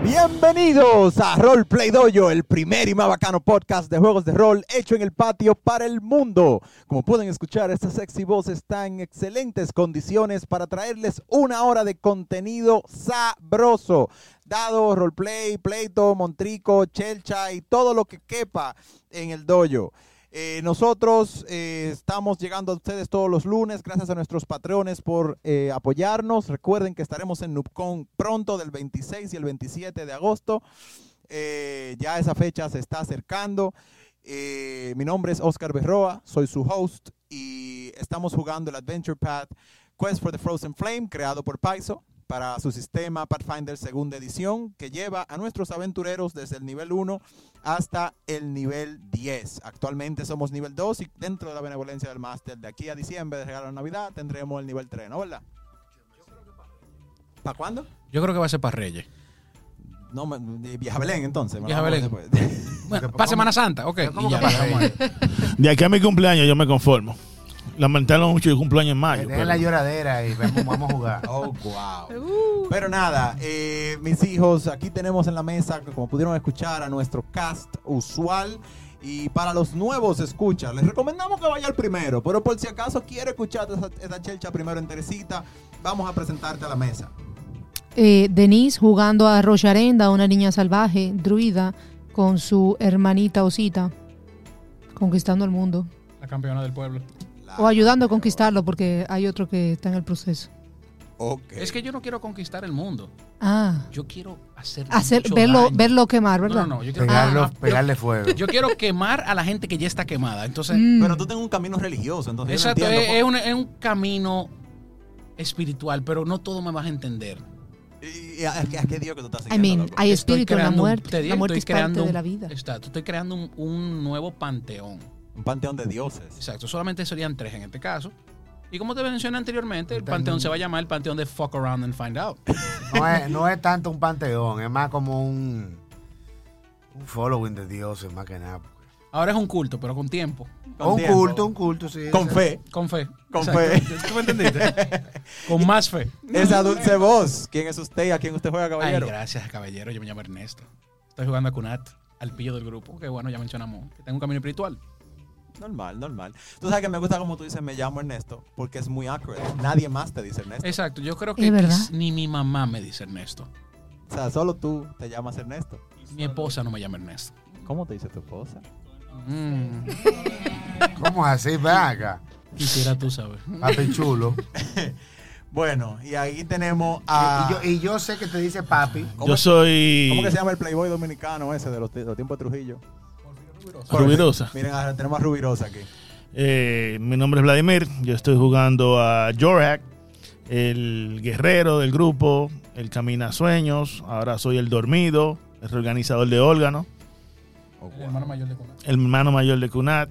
Bienvenidos a Roleplay Dojo, el primer y más bacano podcast de juegos de rol hecho en el patio para el mundo. Como pueden escuchar, esta sexy voz está en excelentes condiciones para traerles una hora de contenido sabroso. Dado, roleplay, pleito, montrico, chelcha y todo lo que quepa en el dojo. Eh, nosotros eh, estamos llegando a ustedes todos los lunes, gracias a nuestros patrones por eh, apoyarnos. Recuerden que estaremos en NubCon pronto, del 26 y el 27 de agosto. Eh, ya esa fecha se está acercando. Eh, mi nombre es Oscar Berroa, soy su host y estamos jugando el Adventure Path Quest for the Frozen Flame, creado por Paizo para su sistema Pathfinder segunda edición, que lleva a nuestros aventureros desde el nivel 1 hasta el nivel 10. Actualmente somos nivel 2 y dentro de la benevolencia del máster, de aquí a diciembre, de regalo a Navidad, tendremos el nivel 3, ¿no, verdad? ¿Para cuándo? Yo creo que va a ser para Reyes. No, me- Viaja a Belén entonces. Viaja a Vamos Belén. después. Bueno, para Semana Santa, ok. Y ya, vamos ahí. De aquí a mi cumpleaños yo me conformo. Lamentaron mucho el cumpleaños en mayo. Dejen la pero- lloradera y vamos, vamos a jugar. Oh, wow. Pero nada, eh, mis hijos, aquí tenemos en la mesa, como pudieron escuchar, a nuestro cast usual. Y para los nuevos escuchas, les recomendamos que vaya al primero. Pero por si acaso quiere escuchar esta, esta chelcha primero enterecita, vamos a presentarte a la mesa. eh, Denise jugando a Rocharenda, una niña salvaje, druida, con su hermanita Osita, conquistando el mundo. La campeona del pueblo. La- Ah, O ayudando a conquistarlo, porque hay otro que está en el proceso. Ok. Eh, Es que yo no quiero conquistar el mundo. Ah, Yo quiero hacer. hacer, mucho verlo, daño. verlo quemar, ¿verdad? No, no, no, yo quiero, Pegarlo, Ah, yo- pegarle fuego. yo quiero quemar a la gente que ya está quemada. Entonces, Mm. Pero tú tienes un camino religioso, entonces. yo no exacto, eh, es, entiendo es un, es un camino espiritual, pero no todo me vas a entender. por- y- y- ¿A, a qué Dios que tú estás I siguiendo? mean, loco? hay Estoy espíritu en la creando un- muerte. te digo, la muerte estoy es parte creando de un- la vida. Exacto, estoy creando un, un nuevo panteón. Un panteón de dioses. Exacto, solamente serían tres en este caso. Y como te mencioné anteriormente, el También- panteón se va a llamar el panteón de Fuck Around and Find Out. No es, no es tanto un panteón, es más como un, un following de dioses, más que nada. Ahora es un culto, pero con tiempo. Con O un tiempo. culto, un culto, sí. Con sí. fe. Con fe. Con fe. ¿Tú me entendiste? Con más fe. Esa dulce voz. ¿Quién es usted y a quién usted juega, Ay, caballero? gracias, caballero. Yo me llamo Ernesto. Estoy jugando a Cunat, al pillo del grupo, que bueno, ya mencionamos. Que tengo un camino espiritual. Normal, normal. Tú sabes que me gusta como tú dices, me llamo Ernesto, porque es muy accurate. Nadie más te dice Ernesto. Exacto, yo creo Es que verdad. quis- ni mi mamá me dice Ernesto. O sea, solo tú te llamas Ernesto. Mi esposa no me llama Ernesto. ¿Cómo te dice tu esposa? Mm, ¿Cómo es así? Ven acá. quisiera tú saber. Papi chulo. Bueno, y ahí tenemos a... Y, yo, y yo sé que te dice papi. ¿cómo, Yo soy cómo que se llama el playboy dominicano ese de los, de los tiempos de Trujillo? Rubirosa. Miren, ahora tenemos a Rubirosa aquí. Eh, mi nombre es Vladimir. Yo estoy jugando a Jorak, el guerrero del grupo, el camina sueños. Ahora soy el dormido, el reorganizador de órganos, Oh, hermano mayor de Cunat. el hermano mayor de Kunat.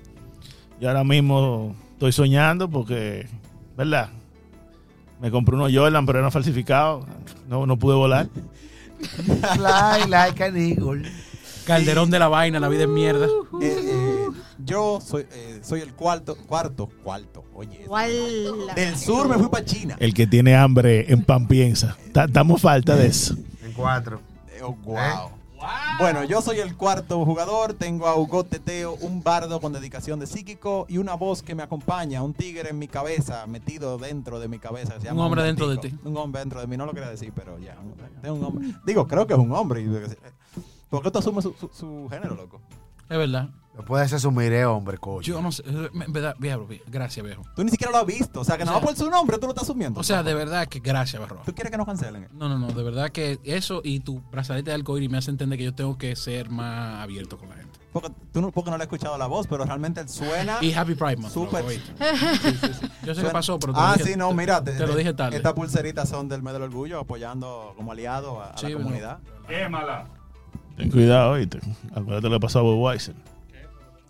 Y ahora mismo estoy soñando porque, ¿verdad? Me compré unos Jordan, pero eran falsificados. No, no pude volar. Fly like an eagle. Calderón de la vaina, la vida es mierda. Eh, eh, yo soy, eh, soy el cuarto, cuarto, cuarto, oye. Del sur me fui para China. El que tiene hambre en pan piensa. Ta- Estamos falta de eso. En cuatro. Oh, wow. Bueno, yo soy el cuarto jugador, tengo a Hugo Teteo, un bardo con dedicación de psíquico y una voz que me acompaña, un tigre en mi cabeza, metido dentro de mi cabeza. se llama Un hombre dentro de montico. ti. Un hombre dentro de mí, no lo quería decir, pero ya. un- tengo un hombre. Digo, creo que es un hombre. y- ¿Por qué tú asumes su, su- su género, loco? Es verdad. Lo puedes asumir, eh, hombre, coño. Yo no sé. eh, me- verdad, viejo, vi- gracias, viejo. Tú ni siquiera lo has visto, o sea, que nada O más sea- por su nombre tú lo estás asumiendo. O sea, de verdad que gracias, Barroa. ¿Tú quieres que nos cancelen? No, no, no, de verdad que eso y tu brazalete de alcohol y me hace entender que yo tengo que ser más abierto con la gente. Porque, tú no, porque no le has escuchado la voz, pero realmente él suena... Y Happy Pride Month. Súper. loco, oíste. Yo sé qué pasó, pero te lo Ah, dije- sí, no, mira. Te, lo dije tarde. Estas pulseritas son del mes del orgullo, apoyando como aliado a, a Sí, la bueno. comunidad. Ten cuidado, oíste. Acuérdate lo que pasó a Bob Weiser.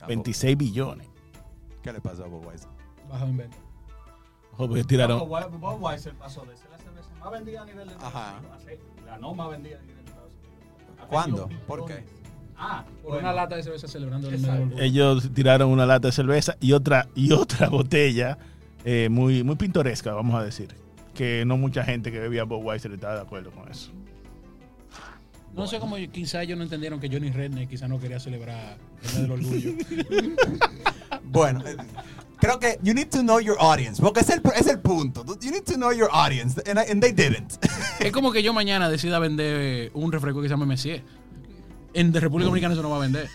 26 billones. Ah, ¿Qué le pasó a Bob Weiss? Ojo, porque tiraron. Bob Bob Weiser pasó de ser la cerveza más vendida a nivel de Estados Ajá. Unidos a ser la no más vendida a nivel de Estados Unidos. Ha ¿Cuándo? perdido ¿Por millones. qué? Ah, Por una lata de cerveza celebrando el Exacto. medio Ellos tiraron una lata de cerveza y otra, y otra botella eh, muy, muy pintoresca, vamos a decir. Que no mucha gente que bebía Bob Weiser estaba de acuerdo con eso. No sé cómo quizás ellos no entendieron que Johnny Redney quizás no quería celebrar el Día del Orgullo. Bueno, eh, creo que you need to know your audience, porque es el, es el punto. You need to know your audience, and, I- and they didn't. es como que yo mañana decida vender un refresco que se llama Messier. En de República Dominicana eso no va a vender.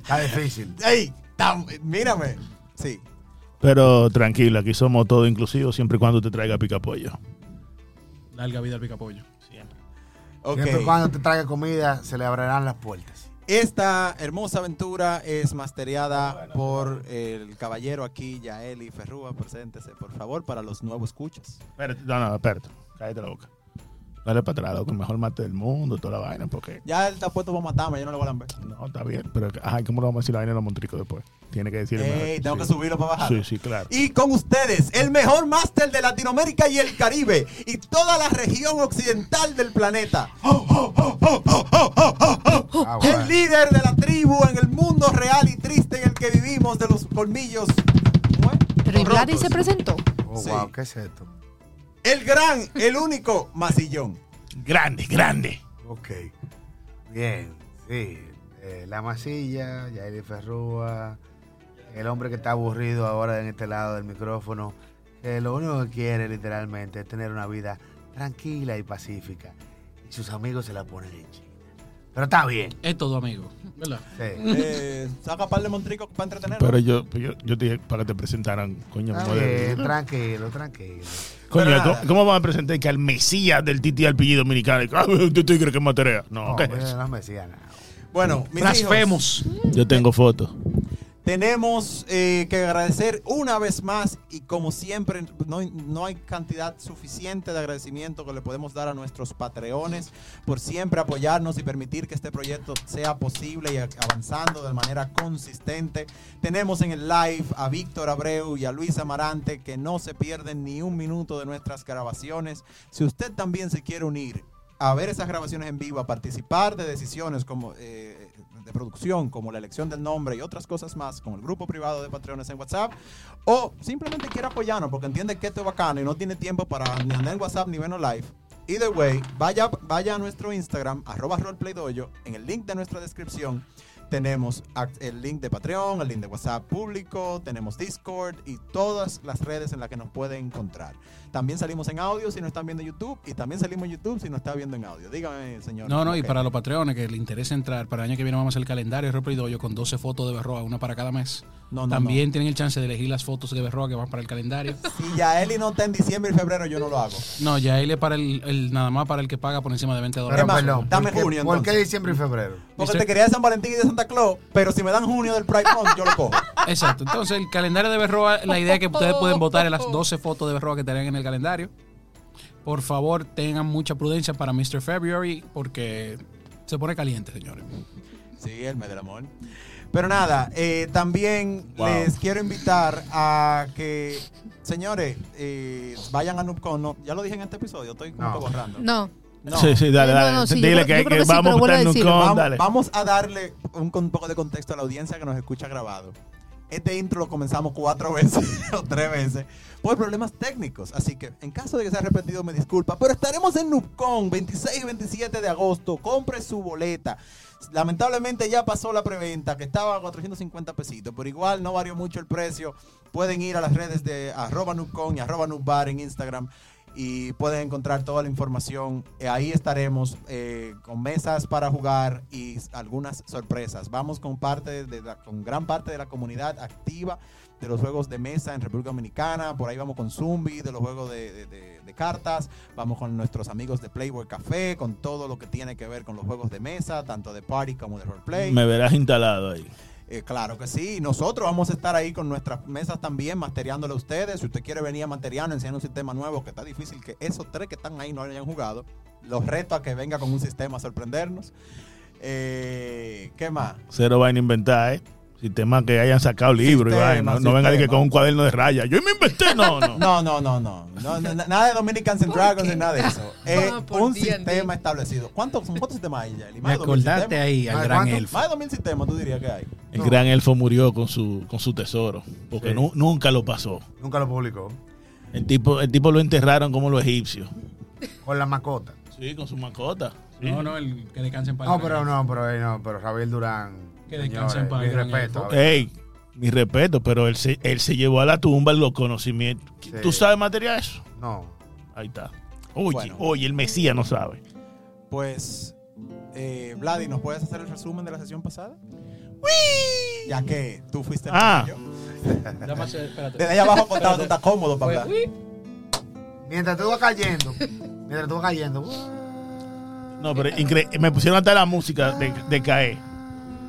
Está difícil. Ey, tam- mírame. Sí. Pero tranquilo, aquí somos todo inclusivos siempre y cuando te traiga picapollo. Larga vida al picapollo. Siempre. Ok. Siempre y cuando te traiga comida, se le abrirán las puertas. Esta hermosa aventura es mastereada por el caballero aquí, Yaeli Ferrúa. Preséntese, por favor, para los nuevos escuchas. Espérate, no, no, espérate. Cállate la boca. Dale para atrás, loco. el Mejor mate del mundo, toda la vaina, porque. Ya él está puesto para matarme, yo no lo voy a lamber. No, está bien. Pero, ay, ¿cómo lo vamos a decir la vaina de los montricos después? Tiene que decir. el mejor. Ey, Eh, tengo Sí. que subirlo para bajar. Sí, sí, claro. Y con ustedes, el mejor máster de Latinoamérica y el Caribe y toda la región occidental del planeta. Ah, El bueno. líder de la tribu en el mundo real y triste en el que vivimos de los colmillos. ¿Cómo es? Pero y Gladys se Rotos. presentó. Oh, Sí. wow, ¿qué es esto? El gran, el único masillón. Grande, grande. Ok. Bien, sí. Eh, la Masilla, Yaeli Ferrúa, el hombre que está aburrido ahora en este lado del micrófono, que lo único que quiere literalmente es tener una vida tranquila y pacífica. Y sus amigos se la ponen en China. Pero está bien. Es todo, amigo. ¿Verdad? Sí. Eh, saca par de montricos para entretener. Pero yo, pues yo, yo te dije para que te presentaran, coño. Está como de- Ah, bien, tranquilo, tranquilo. Coño, Pero ¿cómo, nada. cómo vamos a presentar que al Mesías del TTRPG dominicano? Ah, ¿Tú tú crees que es materia? No, No, ¿qué es mira, eso? no es mesiana. Bueno, mis hijos, Blasfemos. Yo tengo fotos. tenemos eh, que agradecer una vez más y como siempre no, hay- no hay cantidad suficiente de agradecimiento que le podemos dar a nuestros patreones por siempre apoyarnos y permitir que este proyecto sea posible y a- avanzando de manera consistente. Tenemos en el live a Víctor Abreu y a Luis Amarante que no se pierden ni un minuto de nuestras grabaciones. Si usted también se quiere unir a ver esas grabaciones en vivo, a participar de decisiones como eh, de producción, como la elección del nombre y otras cosas más, con el grupo privado de Patreones en WhatsApp, o simplemente quiere apoyarnos porque entiende que esto es bacano y no tiene tiempo para ni andar en WhatsApp ni vernos live. Either way, vaya, vaya a nuestro Instagram, arroba roleplaydoyo, en el link de nuestra descripción tenemos ac- el link de Patreon, el link de WhatsApp público, tenemos Discord y todas las redes en las que nos pueden encontrar. También salimos en audio si nos están viendo en YouTube y también salimos en YouTube si nos está viendo en audio. Dígame, señor. No, no, y Ok. para los patreones que les interesa entrar, para el año que viene vamos a hacer el calendario de Ropa y Doyo con 12 fotos de Berroa, una para cada mes. No, no, También tienen el chance de elegir las fotos de Berroa que van para el calendario. Si ya Eli no está en diciembre y febrero, yo no lo hago. No, ya él es para el, el- nada más para el que paga por encima de 20 dólares. Pero Es más, perdón, dame ¿por qué- junio, ¿por qué entonces. diciembre y febrero? Porque Mister- te quería de San Valentín y de Santa Claus, pero si me dan junio del Pride Month, yo lo cojo. Exacto. Entonces, el calendario de Berroa, la idea es que ustedes pueden votar en las 12 fotos de Berroa que tengan en el calendario. Por favor, tengan mucha prudencia para Mr. February porque se pone caliente, señores. Sí, el mes del amor. Pero nada, eh, también Wow. les quiero invitar a que, señores, eh, vayan a NubCon. No, ya lo dije en este episodio, estoy como No. que borrando. No, No. Sí, sí, dale, No, dale. no, sí, yo Dile creo- que, yo creo que que sí, vamos pero a vuelve a estar en un decirlo. con, Vamos, dale. vamos a darle un, con- un poco de contexto a la audiencia que nos escucha grabado. Este intro lo comenzamos cuatro veces o tres veces por problemas técnicos. Así que en caso de que sea repetido, me disculpa. Pero estaremos en NubCon 26 y 27 de agosto. Compre su boleta. Lamentablemente ya pasó la preventa que estaba a 450 pesitos. Pero igual no varió mucho el precio. Pueden ir a las redes de arroba NubCon y arroba NubBar en Instagram y pueden encontrar toda la información. Eh, Ahí estaremos eh, con mesas para jugar y s- algunas sorpresas. Vamos con parte de la- con gran parte de la comunidad activa de los juegos de mesa en República Dominicana. Por ahí vamos con Zumbi, de los juegos de, de- de- de cartas. Vamos con nuestros amigos de Playboy Café, con todo lo que tiene que ver con los juegos de mesa, tanto de party como de roleplay. Me verás instalado ahí. Eh, claro que sí. Nosotros vamos a estar ahí con nuestras mesas también, mastereándole a ustedes. Si usted quiere venir a materiando, enseñar un sistema nuevo, que está difícil que esos tres que están ahí no hayan jugado, los reto a que venga con un sistema a sorprendernos. Eh, ¿Qué más? Cero vaina inventada, ¿eh? Sistemas que hayan sacado libro y Sistema, vaina. No, no venga de que sistema. con un cuaderno de rayas. Yo me inventé, no, no. No, no, no, no. No, no, na- nada de Dominicans and Dragons ni nada de eso. Eh, Ah, por un D&D. sistema establecido. ¿Cuántos, cuántos sistemas hay, Yaeli? Me Más de 2000 acordaste sistemas. ahí al ¿Más gran cuánto? elfo. Más de 2000 sistemas, tú dirías que hay. El gran elfo murió con su, con su tesoro. Porque Sí. nu- nunca lo pasó. Nunca lo publicó. El tipo, el tipo lo enterraron como los egipcios. Con la macota. Sí, con su mascota. No, no, el que descanse en paz. No, pero no, pero eh, no, pero Rafael Durán. Que descanse en paz, Mi gran respeto. Ey, mi respeto, pero él se, él se llevó a la tumba los conocimientos. Sí. ¿Tú sabes materia de eso? No. Ahí está. Oye, Bueno. oye, el Mesías no sabe. Pues, eh, Vladi, ¿nos puedes hacer el resumen de la sesión pasada? Ya que tú fuiste el Ah. primero. Nada más, espérate. Desde allá abajo contado, tú estás cómodo para hablar. Mientras tú vas cayendo. mientras tú vas cayendo. uh, ¡guau! No, pero incre- me pusieron hasta la música de, de caer.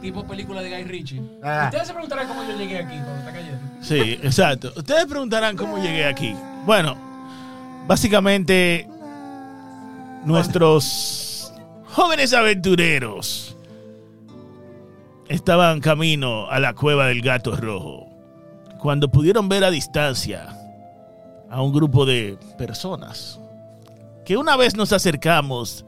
Tipo película de Guy Ritchie. Ah. Ustedes se preguntarán cómo yo llegué aquí cuando está cayendo. Sí, exacto. Ustedes preguntarán cómo llegué aquí. Bueno, básicamente nuestros jóvenes aventureros estaban camino a la cueva del gato rojo cuando pudieron ver a distancia a un grupo de personas que una vez nos acercamos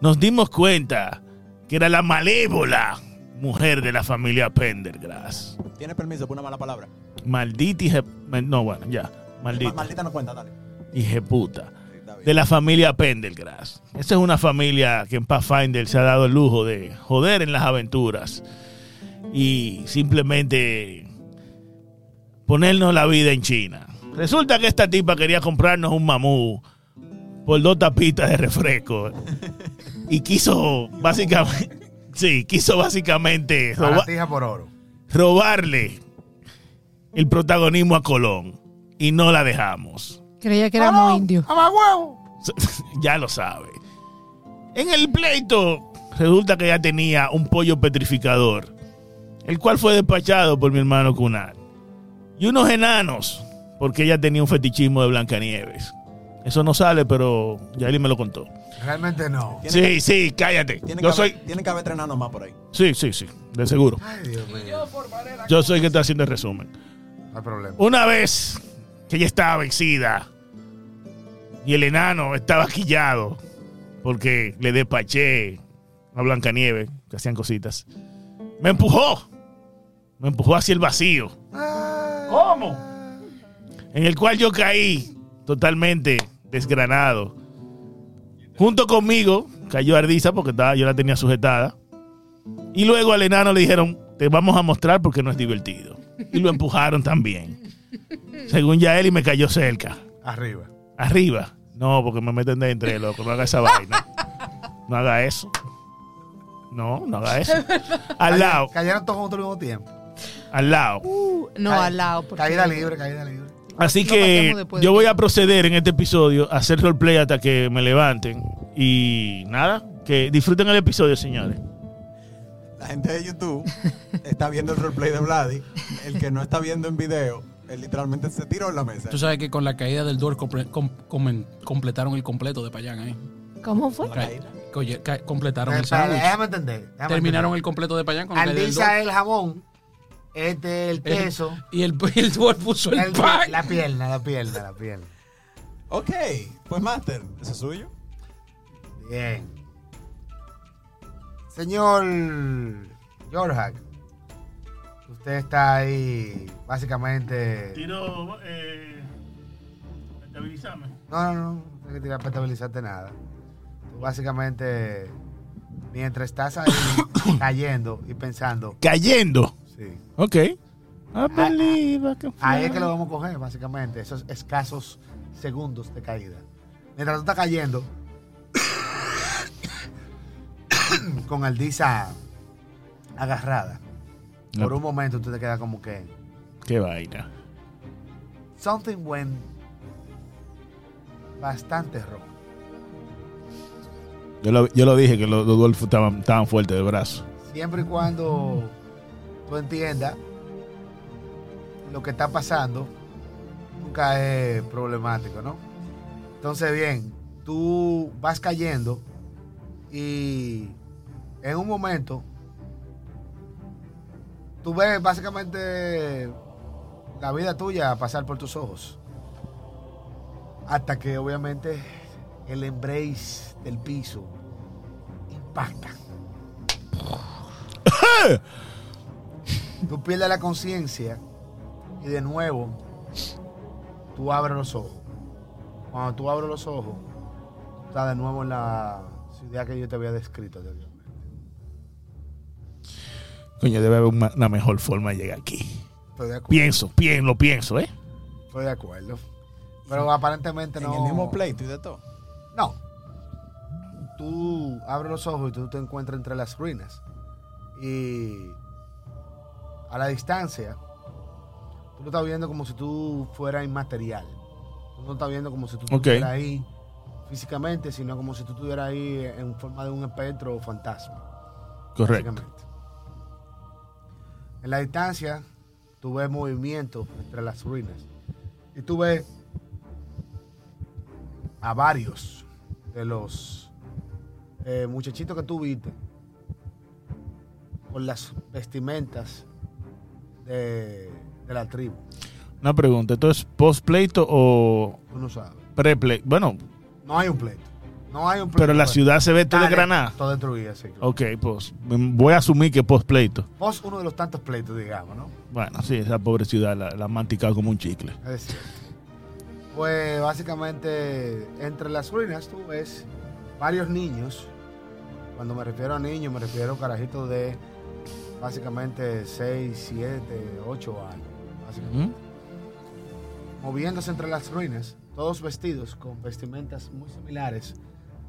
nos dimos cuenta que era la malévola mujer de la familia Pendergrass. Tienes permiso por una mala palabra. Maldita hija. No, bueno, ya. Ma- Maldita Maldita no cuenta, dale. hija puta. Sí, está bien. De la familia Pendergrass. Esa es una familia que en Pathfinder se ha dado el lujo de joder en las aventuras. Y simplemente ponernos la vida en China. Resulta que esta tipa quería comprarnos un mamú por dos tapitas de refresco. Y quiso básicamente. Sí, quiso básicamente robar- Baratija por oro. robarle el protagonismo a Colón y no la dejamos. Creía que éramos indios. ya lo sabe. En el pleito resulta que ya tenía un pollo petrificador, el cual fue despachado por mi hermano Cunal. Y unos enanos, porque ella tenía un fetichismo de Blancanieves. Eso no sale, pero Yaeli me lo contó. Realmente no. Sí, sí, cállate. Tienen, Yo que soy... haber, tienen que haber tres nanos más por ahí. Sí, sí, sí, de seguro. Ay, Dios mío. Yo soy el que está haciendo el resumen. No hay problema. Una vez que ella estaba vencida y el enano estaba quillado porque le despaché a Blancanieve, que hacían cositas, me empujó. Me empujó hacia el vacío. ¿Cómo? En el cual yo caí totalmente desgranado. Junto conmigo cayó Ardiza porque estaba, yo la tenía sujetada. Y luego al enano le dijeron, te vamos a mostrar porque no es divertido. Y lo empujaron también. Según ya él y me cayó cerca. Arriba. Arriba. No, porque me meten de entre, loco. No haga esa vaina. No haga eso. No, no haga eso. Al lado, Cayeron todos juntos al mismo tiempo. al lado. Uh, no, Ca- al lado. porque- Caída libre, caída libre. Así Nos que matamos después de yo voy todo. a proceder en este episodio a hacer roleplay hasta que me levanten. Y nada, que disfruten el episodio, señores. La gente de YouTube está viendo el roleplay de Vladi. El que no está viendo en video, él literalmente se tiró en la mesa. Tú sabes que con la caída del Dor comple- com- comen- completaron el completo de Payán ahí. ¿Cómo fue? Ca- coye- ca- completaron Eh, el para- sándwich. Déjame entender. déjame Terminaron el completo de Payán con la caída del Aldiza Dor. el jamón, este el El- queso, Y el, y el Dor puso el, el- pan. la pierna, la pierna, la pierna. Ok, pues Master, ¿eso es suyo? Bien. Señor Jorhack, usted está ahí básicamente... Tiro. Eh, estabilizame. No, no, no, no hay que tirar para estabilizarte nada. Tú básicamente, mientras estás ahí cayendo y pensando, Cayendo. sí. Ok. I believe I can Ahí es que fly. lo vamos a coger, básicamente, esos escasos segundos de caída. Mientras tú estás cayendo, con Aldiza agarrada, por No. un momento tú te quedas como que, Qué vaina. something went bastante wrong. Yo lo, yo lo dije que los los Dolphins estaban, estaban fuertes de brazo. Siempre y cuando tú entiendas lo que está pasando, nunca es problemático, ¿no? Entonces, bien, tú vas cayendo y en un momento tú ves básicamente la vida tuya pasar por tus ojos. Hasta que obviamente el embrace del piso impacta. Tú pierdes la conciencia y de nuevo tú abres los ojos. Cuando tú abres los ojos, tú estás de nuevo en la ciudad que yo te había descrito. te digo. Coño, debe haber una, una mejor forma de llegar aquí. Estoy de acuerdo. Pienso, pienso, lo pienso, ¿eh? Estoy de acuerdo. Pero aparentemente no. En el mismo pleito y de todo. No. Tú abres los ojos y tú te encuentras entre las ruinas. Y a la distancia, tú lo estás viendo como si tú fueras inmaterial. Tú no estás viendo como si tú Ok. estuvieras ahí físicamente, sino como si tú estuvieras ahí en forma de un espectro o fantasma. Correcto. básicamente. En la distancia, tú ves movimiento entre las ruinas. Y tú ves a varios de los eh, muchachitos que tú viste con las vestimentas de, de la tribu. Una pregunta, ¿esto es post-pleito o Tú no sabes. pre-pleito? Bueno, No hay un pleito. No hay un pleito. pero la pues. ciudad se ve Está toda de- desgranada. Todo destruido, sí. claro. Ok, pues mm, voy a asumir que post-pleito. Vos uno de los tantos pleitos, digamos, ¿no? Bueno, sí, esa pobre ciudad la, la han manticado como un chicle. Ah, Es cierto. Pues básicamente entre las ruinas tú ves varios niños. Cuando me refiero a niños me refiero a carajitos de básicamente 6, 7, 8 años. básicamente, ¿Mm? Moviéndose entre las ruinas, todos vestidos con vestimentas muy similares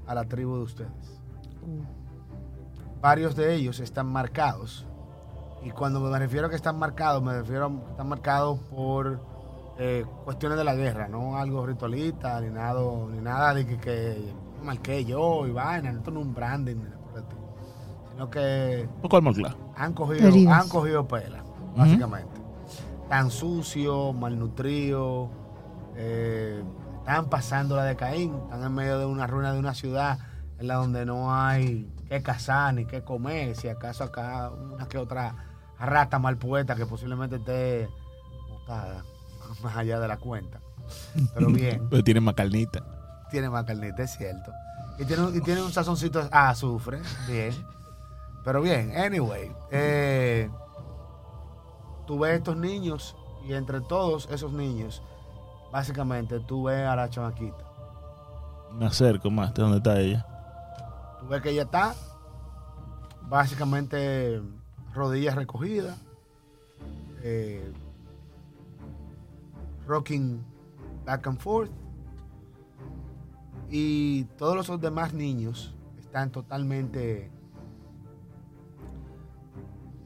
a la tribu de ustedes. Varios de ellos están marcados. Y cuando me refiero a que están marcados, me refiero a que están marcados por eh, cuestiones de la guerra, no algo ritualista, ni nada, ni nada de que, que marqué yo y vaina, no esto no es un branding, ni nada por el estilo. sino que Un poco al morcla. han cogido, Heridas. han cogido pela, básicamente. Tan sucio, malnutrido, eh, están pasando la de Caín, están en medio de una ruina de una ciudad en la donde no hay que cazar ni que comer, si acaso acá una que otra rata mal puesta que posiblemente esté botada más allá de la cuenta. Pero bien, Pero Pues tiene más carnita. tiene más carnita, es cierto. Y tiene, un- y tiene un sazoncito a azufre, bien. Pero bien, anyway. eh, tú ves estos niños y entre todos esos niños, básicamente tú ves a la chamaquita. Me acerco más, ¿de dónde está ella? Tú ves que ella está básicamente rodillas recogidas, eh, rocking back and forth. Y todos los demás niños están totalmente,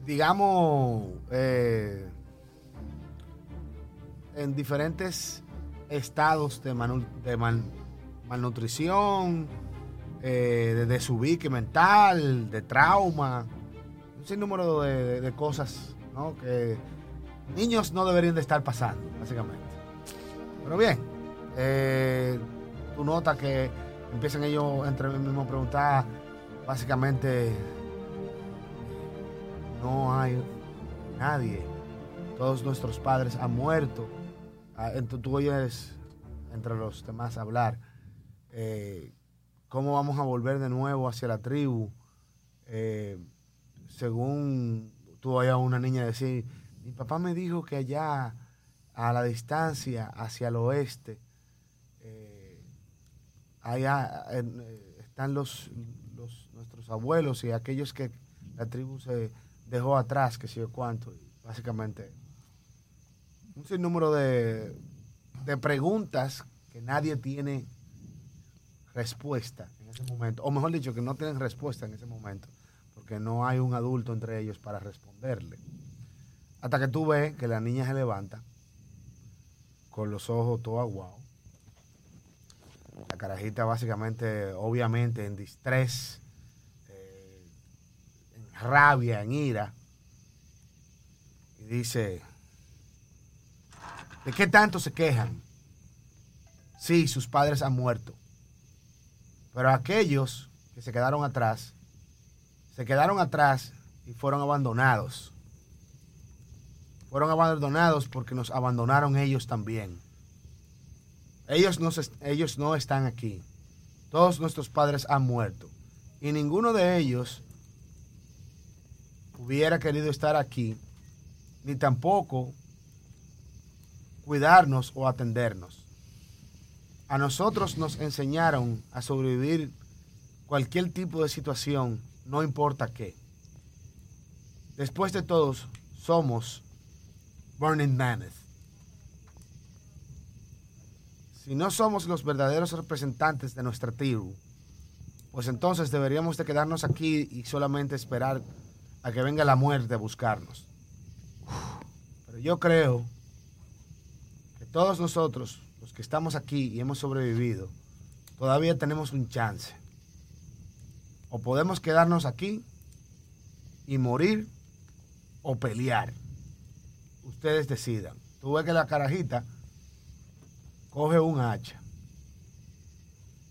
digamos, eh, en diferentes estados de, manu- de mal- malnutrición, eh, de desubique mental, de trauma, un sinnúmero de, de- de cosas ¿no? que niños no deberían de estar pasando, básicamente. Pero bien, eh, tú notas que empiezan ellos entre ellos mismos a preguntar, básicamente, no hay nadie, todos nuestros padres han muerto. Ah, ent- tú oyes entre los demás hablar. eh, cómo vamos a volver de nuevo hacia la tribu. Eh, según tú vayas a una niña decir, mi papá me dijo que allá a la distancia, hacia el oeste, eh, allá en, eh, están los, los- nuestros abuelos y aquellos que la tribu se dejó atrás, que sé yo cuánto. Y básicamente, un sinnúmero de, de preguntas que nadie tiene respuesta en ese momento, o mejor dicho, que no tienen respuesta en ese momento, porque no hay un adulto entre ellos para responderle. Hasta que tú ves que la niña se levanta con los ojos todo aguados. La carajita básicamente, obviamente, en distrés, eh, en rabia, en ira. Y dice, ¿de qué tanto se quejan? Sí, sus padres han muerto. Pero aquellos que se quedaron atrás, se quedaron atrás y fueron abandonados. Fueron abandonados porque nos abandonaron ellos también. Ellos no, se- ellos no están aquí. Todos nuestros padres han muerto. Y ninguno de ellos hubiera querido estar aquí, ni tampoco cuidarnos o atendernos. A nosotros nos enseñaron a sobrevivir cualquier tipo de situación, no importa qué. Después de todos, somos Burning Mammoth. Si no somos los verdaderos representantes de nuestra tribu, pues entonces deberíamos de quedarnos aquí y solamente esperar a que venga la muerte a buscarnos. Pero yo creo que todos nosotros, los que estamos aquí y hemos sobrevivido, todavía tenemos un chance. O podemos quedarnos aquí y morir o pelear. Ustedes decidan. Tú ves que la carajita coge un hacha.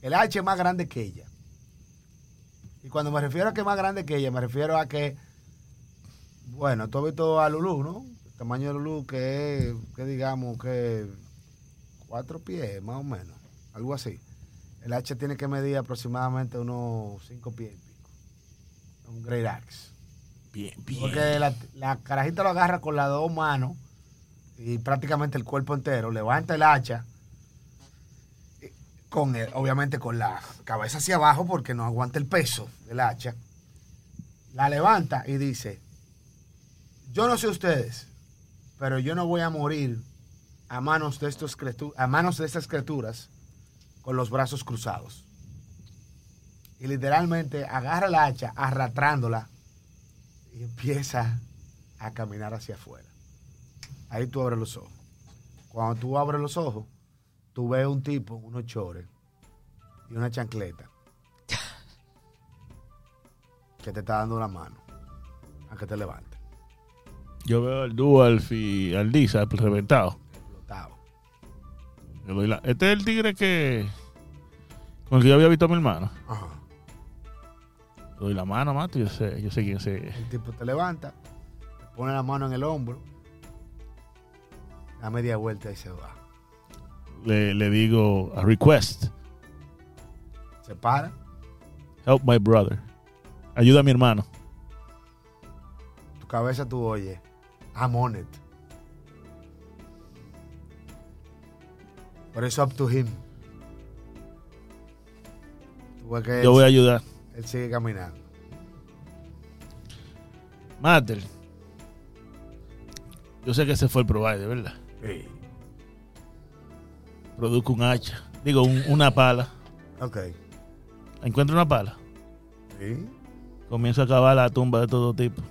El hacha es más grande que ella. Y cuando me refiero a que es más grande que ella, me refiero a que, bueno, tú has visto a Lulú, ¿no? El tamaño de Lulú que es, que digamos, que cuatro pies, más o menos, algo así. El hacha tiene que medir aproximadamente unos cinco pies y pico. Un great axe. Bien, bien. Porque la, la carajita lo agarra con las dos manos y prácticamente el cuerpo entero, levanta el hacha, eh, con el- obviamente con la cabeza hacia abajo porque no aguanta el peso del hacha, la levanta y dice, yo no sé ustedes, pero yo no voy a morir a manos de, estos criatu- a manos de estas criaturas con los brazos cruzados. Y literalmente agarra la hacha arrastrándola y empieza a caminar hacia afuera. Ahí tú abres los ojos. Cuando tú abres los ojos, tú ves un tipo, unos chores y una chancleta que te está dando la mano a que te levantes. Yo veo al Dualf y al Dizal reventado. Explotado. Yo doy la- Este es el tigre que. Con el que yo había visto a mi hermano. Ajá. Le doy la mano, mato. Yo sé, yo sé quién se. El tipo te levanta, te pone la mano en el hombro, da media vuelta y se va. Le, le digo a request. Se para, Help my brother. Ayuda a mi hermano. tu cabeza tú oyes, I'm on it. Pero it's up to him. Tú ves que Yo él- voy a ayudar. Él sigue caminando. Mater. Yo sé que ese fue el provider, ¿verdad? Produzco un hacha. Digo, un- una pala. Ok. Encuentro una pala. Sí. Comienzo a cavar la tumba de todo tipo.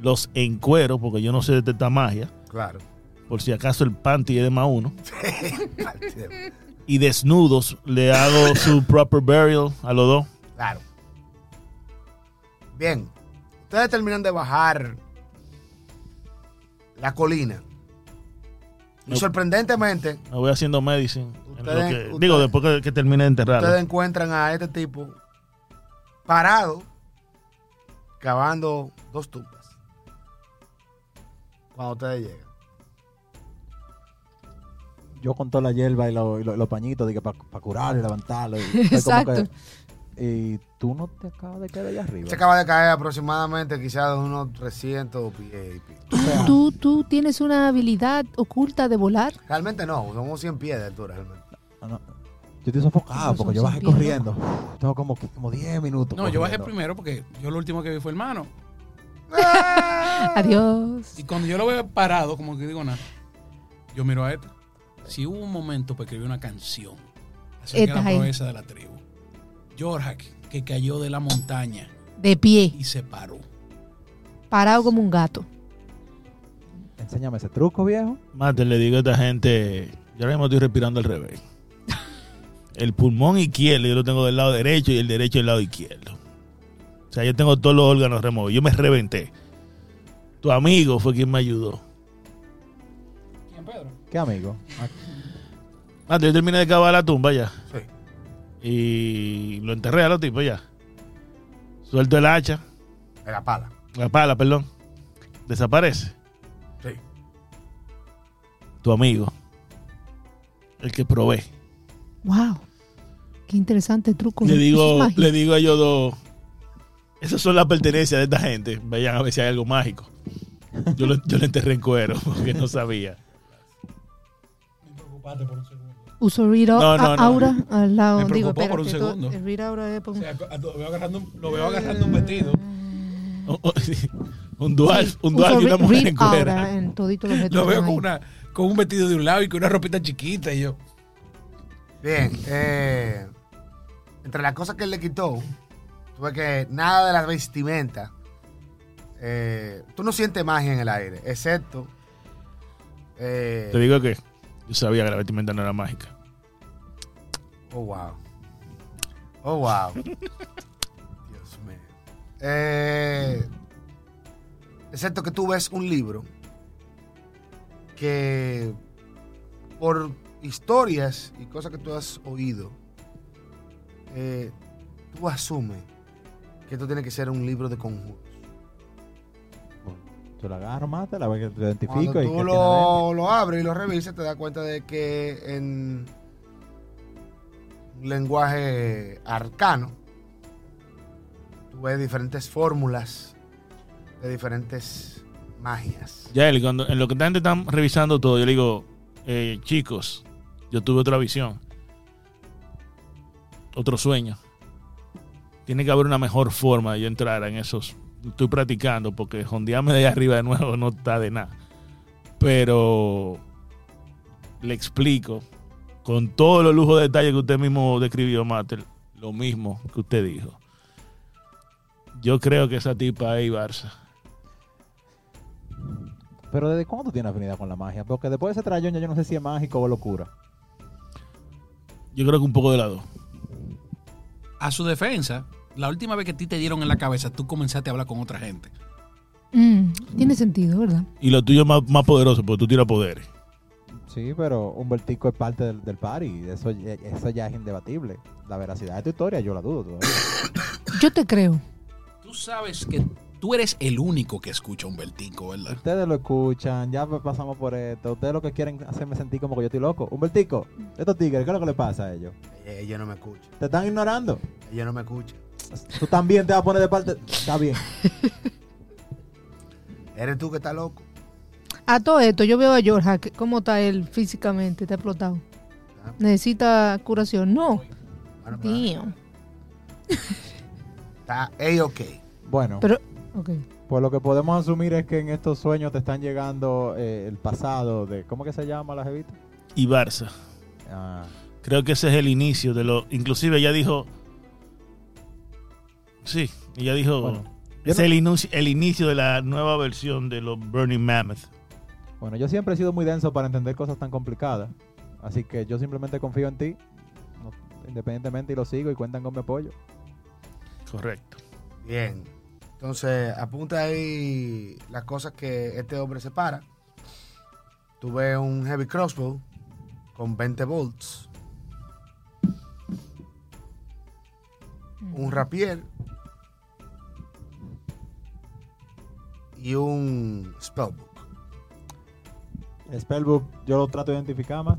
Los encuero, porque yo no sé detectar magia. Claro. Por si acaso el panty es de más uno. Partido. Y desnudos le hago su proper burial a los dos. claro. Bien. Ustedes terminan de bajar la colina. Y No. sorprendentemente, Me voy haciendo medicine. en lo Ustedes- que- ustedes- digo, después que, que termine de enterrarlo. ustedes encuentran a este tipo parado cavando dos tumbas. Cuando ustedes llegan. Yo con toda la hierba y lo- y lo- los pañitos para curarlo y levantarlo. y estoy como Exacto. que- y tú no te acabas de quedar allá arriba. Se acaba de caer aproximadamente quizás de unos 300 pies y pico. O sea, ¿Tú, tú tienes una habilidad oculta de volar. Realmente no, somos 100 pies de altura realmente. Ah, no, no. Yo estoy sofocado Esos porque son yo bajé sin pies, corriendo. Tengo como, que- como 10 minutos. No, yo bajé corriendo. primero porque yo lo último que vi fue el hermano. Ah. Adiós. Y cuando yo lo veo parado, como que digo nada, yo miro a Eta. Si hubo un momento para escribir una canción acerca Eta de ahí. la proeza de la tribu. Jorjak, que cayó de la montaña De pie, y se paró. parado como un gato. Enséñame ese truco, viejo. Mate, le digo a esta gente, yo ahora mismo estoy respirando al revés. El pulmón izquierdo yo lo tengo del lado derecho y el derecho del lado izquierdo. O sea, yo tengo todos los órganos removidos. Yo me reventé. Tu amigo fue quien me ayudó. ¿Quién, Pedro? ¿Qué amigo? Mate, yo terminé de cavar la tumba ya. Sí. Y lo enterré a los tipos ya. Suelto el hacha, De la pala. la pala, perdón. Desaparece. Sí. Tu amigo. El que probé. Wow. Qué interesante truco. Le Eso es digo, magia. le digo a ellos dos, esas son las pertenencias de esta gente. Vayan a ver si hay algo mágico. Yo lo, yo lo enterré en cuero porque no sabía. Me preocupaste por un segundo. Uso Read Au- No, no, a- no. Aura al lado. Me Digo, preocupó por un espérate, segundo. to- el Read Aura es por O un- sea, lo veo agarrando, un- lo veo agarrando un vestido. Un- un- Un dual, Sí, un dual uso y una Read- mujer Read en cuera. Aura en todito los Lo vestidos veo ahí. con, una, con un vestido de un lado y con una ropita chiquita. Y yo, Bien, eh, entre las cosas que él le quitó, tuve que nada de la vestimenta. eh, tú no sientes magia en el aire, excepto. eh, Te digo que yo sabía que la vestimenta no era mágica. Oh, wow. Oh, wow. Dios mío. Eh, excepto que tú ves un libro que por historias y cosas que tú has oído, eh, tú asumes que esto tiene que ser un libro de conjuros. Tú la agarro, mata, la ve que te identifico. Cuando y tú que tiene adentro. lo, lo abres y lo revisas, te das cuenta de que en un lenguaje arcano, tú ves diferentes fórmulas de diferentes magias. Ya él, cuando en lo que la gente están revisando todo, yo le digo, eh, chicos, yo tuve otra visión. Otro sueño. Tiene que haber una mejor forma de yo entrar en esos. Estoy practicando porque jondearme de allá arriba de nuevo no está de nada. Pero le explico con todos los lujos de detalle que usted mismo describió, Mater, lo mismo que usted dijo. Yo creo que esa tipa es Barça. Pero ¿desde cuándo tú tienes afinidad con la magia? Porque después de ese trayón ya yo no sé si es mágico o locura. Yo creo que un poco de lado. a su defensa, la última vez que a ti te dieron en la cabeza, tú comenzaste a hablar con otra gente. Mm, tiene sentido, ¿verdad? Y lo tuyo es más, más poderoso, porque tú tiras poderes. Sí, pero Humbertico es parte del, del party. Eso, ya- eso ya es indebatible. La veracidad de tu historia yo la dudo todavía. Yo te creo. Tú sabes que tú eres el único que escucha a Humbertico, ¿verdad? Ustedes lo escuchan, ya pa- pasamos por esto. Ustedes lo que quieren hacerme sentir como que yo estoy loco. Humbertico, estos tigres, ¿qué es lo que le pasa a ellos? Ella, ella no me escucha, ¿Te están ignorando? ella no me escucha. Tú también te vas a poner de parte. Está bien. Eres tú que estás loco. A todo esto, yo veo a George Hack, ¿cómo está él físicamente? Está explotado. ¿Necesita curación? No. Bueno, pero Tío. está A-OK. Bueno, Pero, ok. pues lo que podemos asumir es que en estos sueños te están llegando eh, el pasado de. ¿Cómo que se llama la jevita? Y Barça. Ah, Creo que ese es el inicio de lo. Inclusive ella dijo. Sí, ella dijo. Bueno, yo es no- el, inicio, el inicio de la nueva versión de los Burning Mammoth. Bueno, yo siempre he sido muy denso para entender cosas tan complicadas. Así que yo simplemente confío en ti, no- independientemente, y lo sigo y cuentan con mi apoyo. Correcto. Bien. Entonces, apunta ahí las cosas que este hombre separa. Tuve un heavy crossbow con 20 volts. Un rapier. Y un spellbook. El spellbook yo lo trato de identificar más.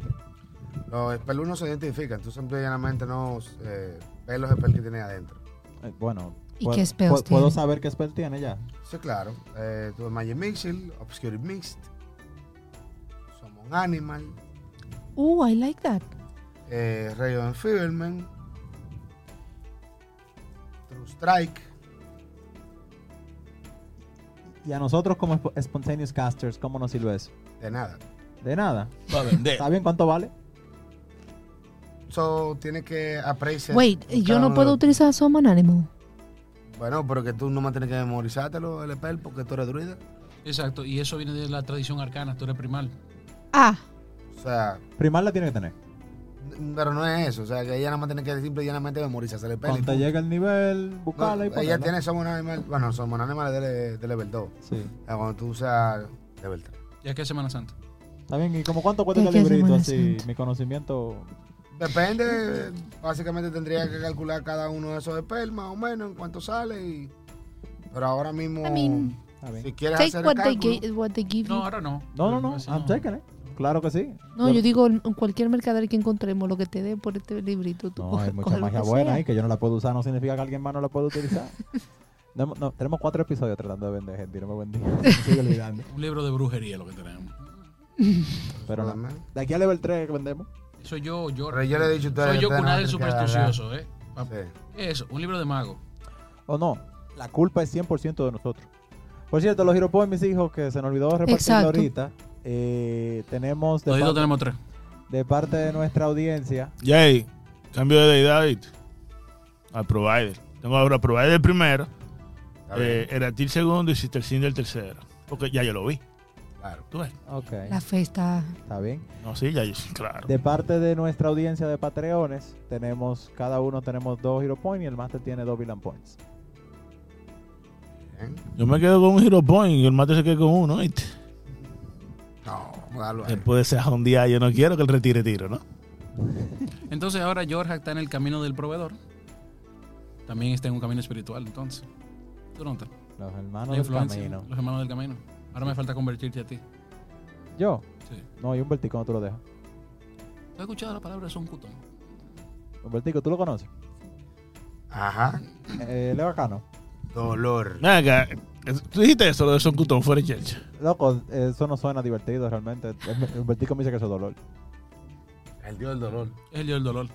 Los spells no se identifican, tú simplemente no eh, ves los spells que tiene adentro. Eh, bueno, ¿Y puedo- qué spells puedo- ¿puedo tiene? saber qué spell tiene ya? Sí, claro. Eh, tuve Magic Mixel, Obscure Mixed, Summon Animal, Uh, I like that. eh, Ray of Enfeeblement, True Strike. Y a nosotros como sp- spontaneous casters, ¿cómo nos sirve eso? De nada. De nada. Va a Eh. vender. ¿Está bien cuánto vale? So, tiene que apreciar. Wait, eh, yo no puedo utilizar Summon Animal. Bueno, pero que tú no más tienes que memorizártelo, el spell, porque tú eres druida. Exacto, y eso viene de la tradición arcana, tú eres primal. Ah, O sea, Primal la tiene que tener. n- pero no es eso. O sea, que ella nada más tiene que simple y llanamente memorizarse el spell. y Cuando punto. llega el nivel, No, buscarla y ella ponerla. tiene Summon Animal. Bueno, Summon Animal es de, de level 2. O Sí. sea, cuando tú usas level 3. Ya que es Semana Santa. Está bien, ¿y como cuánto cuesta ¿Qué- el qué es librito Semana así? Santa? Mi conocimiento... Depende, básicamente tendría que calcular cada uno de esos spells, más o menos, en cuánto sale. Y... Pero ahora mismo, I mean, Está bien. si quieres take hacer el what they, cálculo, gi- what they give No, you. ahora no. No, no, no. Así I'm taking it. Claro que sí. No, yo digo, en cualquier mercader que encontremos, lo que te dé por este librito, tú No, coge- hay mucha coge lo magia que buena sea. ahí que yo no la puedo usar, no significa que alguien más no la pueda utilizar. No, hemos- no, tenemos cuatro episodios tratando de vender gente, y no me vendí. Me sigo olvidando. Un libro de brujería lo que tenemos. Pero nada no. más. De aquí a level 3 que vendemos. Soy yo, yo. Pero yo le he dicho a ustedes Soy que yo ustedes no cunal el tienen que agarrar. supersticioso, ¿eh? Pap- Sí. ¿Qué es eso? Un libro de mago. ¿O no? La culpa es 100% de nosotros. Por cierto, los Hero Point, mis hijos, que se nos olvidó repartirlo Exacto. ahorita, eh, tenemos de Todito parte, tenemos tres. de parte de nuestra audiencia. Jay, cambio de deidad David. al provider. Tengo ahora provider primero, Está bien, eh, Eratil segundo y Cistercín del tercero. Porque ya yo lo vi. claro. ¿Tú ves? Ok, La fe está. está bien. No, sí, ya yo, claro. De parte de nuestra audiencia de Patreones, tenemos, cada uno tenemos dos Hero Points y el Master tiene dos Villain Points. Bien. Yo me quedo con un Hero Point y el mate se queda con uno, ¿oíste? No, dalo ahí. Después de ese día yo no quiero que él retire tiro, ¿no? Entonces ahora George está en el camino del proveedor. También está en un camino espiritual, entonces. Tú no estás. Los La hermanos del influencia, camino. los hermanos del camino. Ahora me falta convertirte a ti. Yo, Sí. no, y un vertico no te lo dejo. ¿Tú has escuchado la palabra soncutón? Un vertico, ¿tú lo conoces? Ajá. Eh, Leo Cano. Dolor. Ven acá, eh, tú dijiste eso, lo de Son Cutón fuera de church. Loco, eso no suena divertido realmente. El vertico me dice que eso es dolor. El dios del dolor. Es el dios del dolor.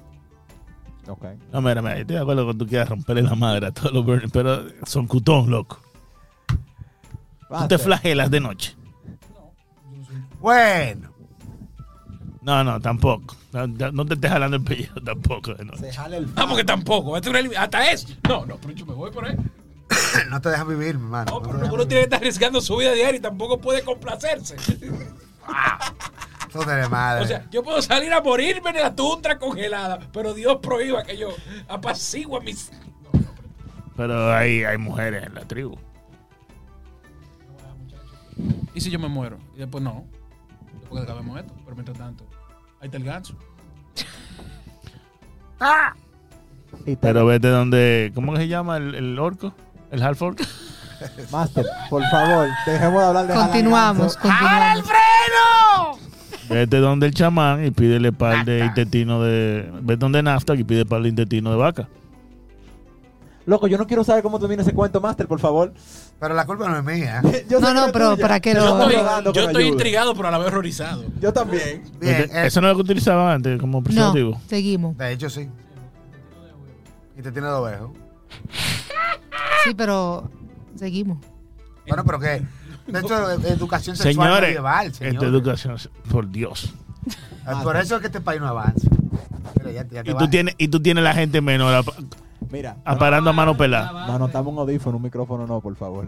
Ok. No, mira, mira, yo estoy de acuerdo con tú quieras romperle la madre a todos los Bernie, pero Son Cutón, loco. Tú te Master. flagelas de noche. Bueno. No, no, tampoco. No, no te estés jalando el pellejo tampoco de noche. Vamos que tampoco. Esto es una li- Hasta es. No, no, pero yo me voy por ahí. No te dejan vivir, mi hermano. No, No te pero dejan uno vivir. tiene que estar arriesgando su vida diaria y tampoco puede complacerse. Eso de madre. O sea, yo puedo salir a morirme en la tundra congelada, pero Dios prohíba que yo apacigua mis. No, no, pero- Pero hay, hay mujeres en la tribu. ¿Y si yo me muero? Y después no. Después acabemos esto, pero mientras tanto, ahí está el ganso. Ah, Y te- Pero vete donde. ¿Cómo que se llama el, el orco? ¿El half orc? Master, por favor, dejemos de hablar de jalar Continuamos, ganso. continuamos. Vete donde el chamán y pídele par de intestino de. Vete donde Nafta y pide par de intestino de vaca. Loco, yo no quiero saber cómo termina ese cuento, Master, por favor. Pero la culpa no es mía. Yo sé No, que no, es pero tuya. ¿para qué Yo lo- estoy Yo rogando que me ayude. pero a la vez horrorizado. Yo también. Bien, Vete- eh, Eso no es lo que utilizaban antes como No, preservativo. seguimos. de hecho sí. Y te tiene de ovejo. Sí, pero seguimos. Bueno, pero qué. De hecho, eh, educación sexual Señores, este, medieval, señores. esta educación, por Dios. Ah, Por eso es que este país no avanza. Mira, ya, ya te Y tú, vas. tienes, y tú tienes la gente menor ap- Mira, aparando a mano pelada. nos anotamos un audífono, un micrófono no, por favor.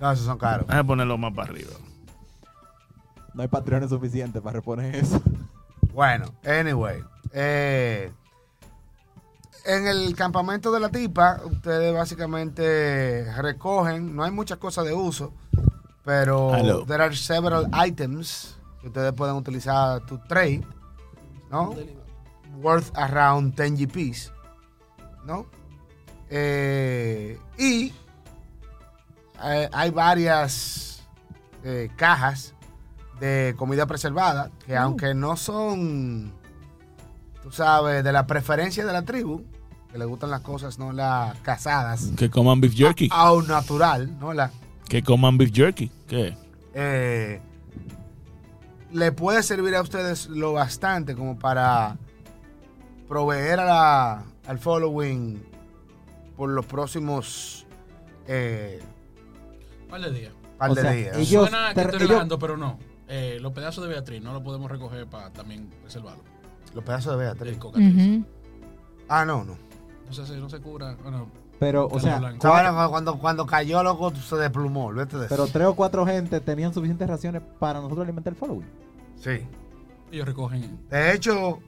No, esos son caros. Vamos a ponerlo más para arriba. No hay patrones suficientes para reponer eso. Bueno, anyway. eh, en el campamento de la tipa, ustedes básicamente recogen, no hay muchas cosas de uso, pero Aló. there are several items que ustedes pueden utilizar to trade, ¿no? Worth around 10 GPs, ¿no? Eh, y eh, hay varias eh, cajas de comida preservada Mm. que aunque no son, tú sabes, de la preferencia de la tribu, que le gustan las cosas no las casadas, Que coman beef jerky. au natural, no las Que coman beef jerky. ¿Qué? eh, le puede servir a ustedes lo bastante como para proveer a la- al following por los próximos eh, par de días. par O de sea, días. ellos- Dios, Suena te- que estoy ellos- relajando, pero no. Eh, los pedazos de Beatriz no los podemos recoger para también preservarlos. Los pedazos de El Beatriz. cocatriz. Ujú. Ah, no, no. No se hace- no se cura. Bueno, Pero, o Carlos sea, Blanco. cuatro- Ahora, cuando, cuando cayó, loco, se desplumó. olvídate de pero eso. tres o cuatro gente tenían suficientes raciones para nosotros alimentar el following. Sí. ellos recogen. De hecho,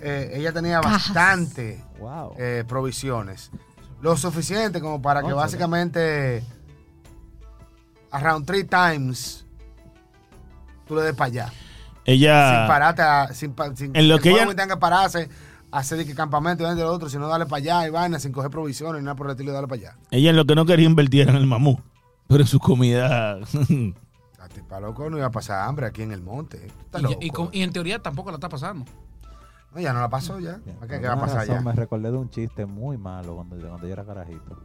eh, ella tenía Cajas. bastante Wow. eh, provisiones. Lo suficiente como para que Cónchale. básicamente around three times tú le des para allá. Sin Ella. pararte, a- sin, pa- sin Ah. En lo el que ella- fuego tenga que pararse, hacer de que campamento y de lo otro, sino darle para allá y vaina, sin coger provisiones ni nada por el estilo, darle para allá. Ella en lo que no quería invertir era en el mamú. Pero su comida. La tipa loco no iba a pasar hambre aquí en el monte. Tú estás Y, ya- y loco. con- y en teoría tampoco la está pasando. No, ya no la pasó ya. Ya, ¿Qué, por qué va a alguna pasar razón allá? Me recordé de un chiste muy malo cuando, cuando yo era carajito.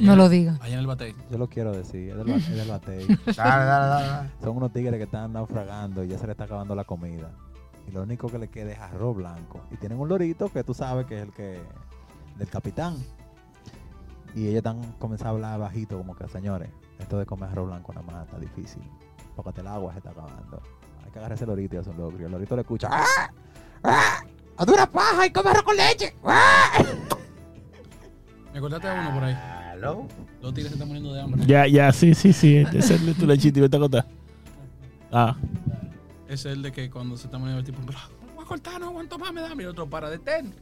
No lo diga. Allá en el batey. Yo lo quiero decir, es del, ba- es del batey. Dale, dale, dale, dale. Son unos tigres que están naufragando y ya se le está acabando la comida. Y lo único que le queda es arroz blanco. Y tienen un lorito que tú sabes que es el que del capitán. Y ellos están comenzando a hablar bajito, como que, señores, esto de comer arroz blanco nada más está difícil. Porque el agua se está acabando. Hay que agarrar ese lorito y hacer un logro. Y el lorito le escucha. ¡Ah! ¡Ah! ¡A dura paja! ¡Y come arroz con leche! ¡Ah! Me acordaste de uno por ahí. Aló. Los tigres se están muriendo de hambre. Ya, ya, sí, sí, sí. Ese es tu lechito y vete a contar. Ah. Ese Es el de que cuando se está muriendo el tipo, "Ah, no voy a cortar, no aguanto más, me da hambre. Y el otro, para, detén.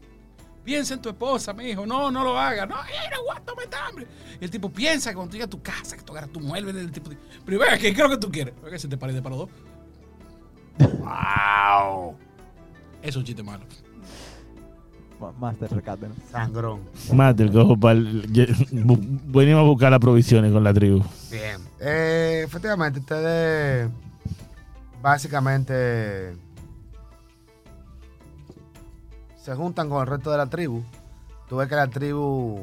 Piensa en tu esposa, me dijo, no, no lo hagas. No, "Ey, no aguanto, me da hambre. Y el tipo piensa que cuando tú llegas a tu casa, que tú agarras tu mueble, el tipo dice, primero, ¿qué creo que tú quieres? Porque se te pare de para dos. Wow. Es un chiste malo. Ma- Master Recátenos. Sangrón. Mate, el cojo pal. Ye- bu- Venimos a buscar las provisiones con la tribu. Bien. Eh, efectivamente, ustedes básicamente se juntan con el resto de la tribu. Tú ves que la tribu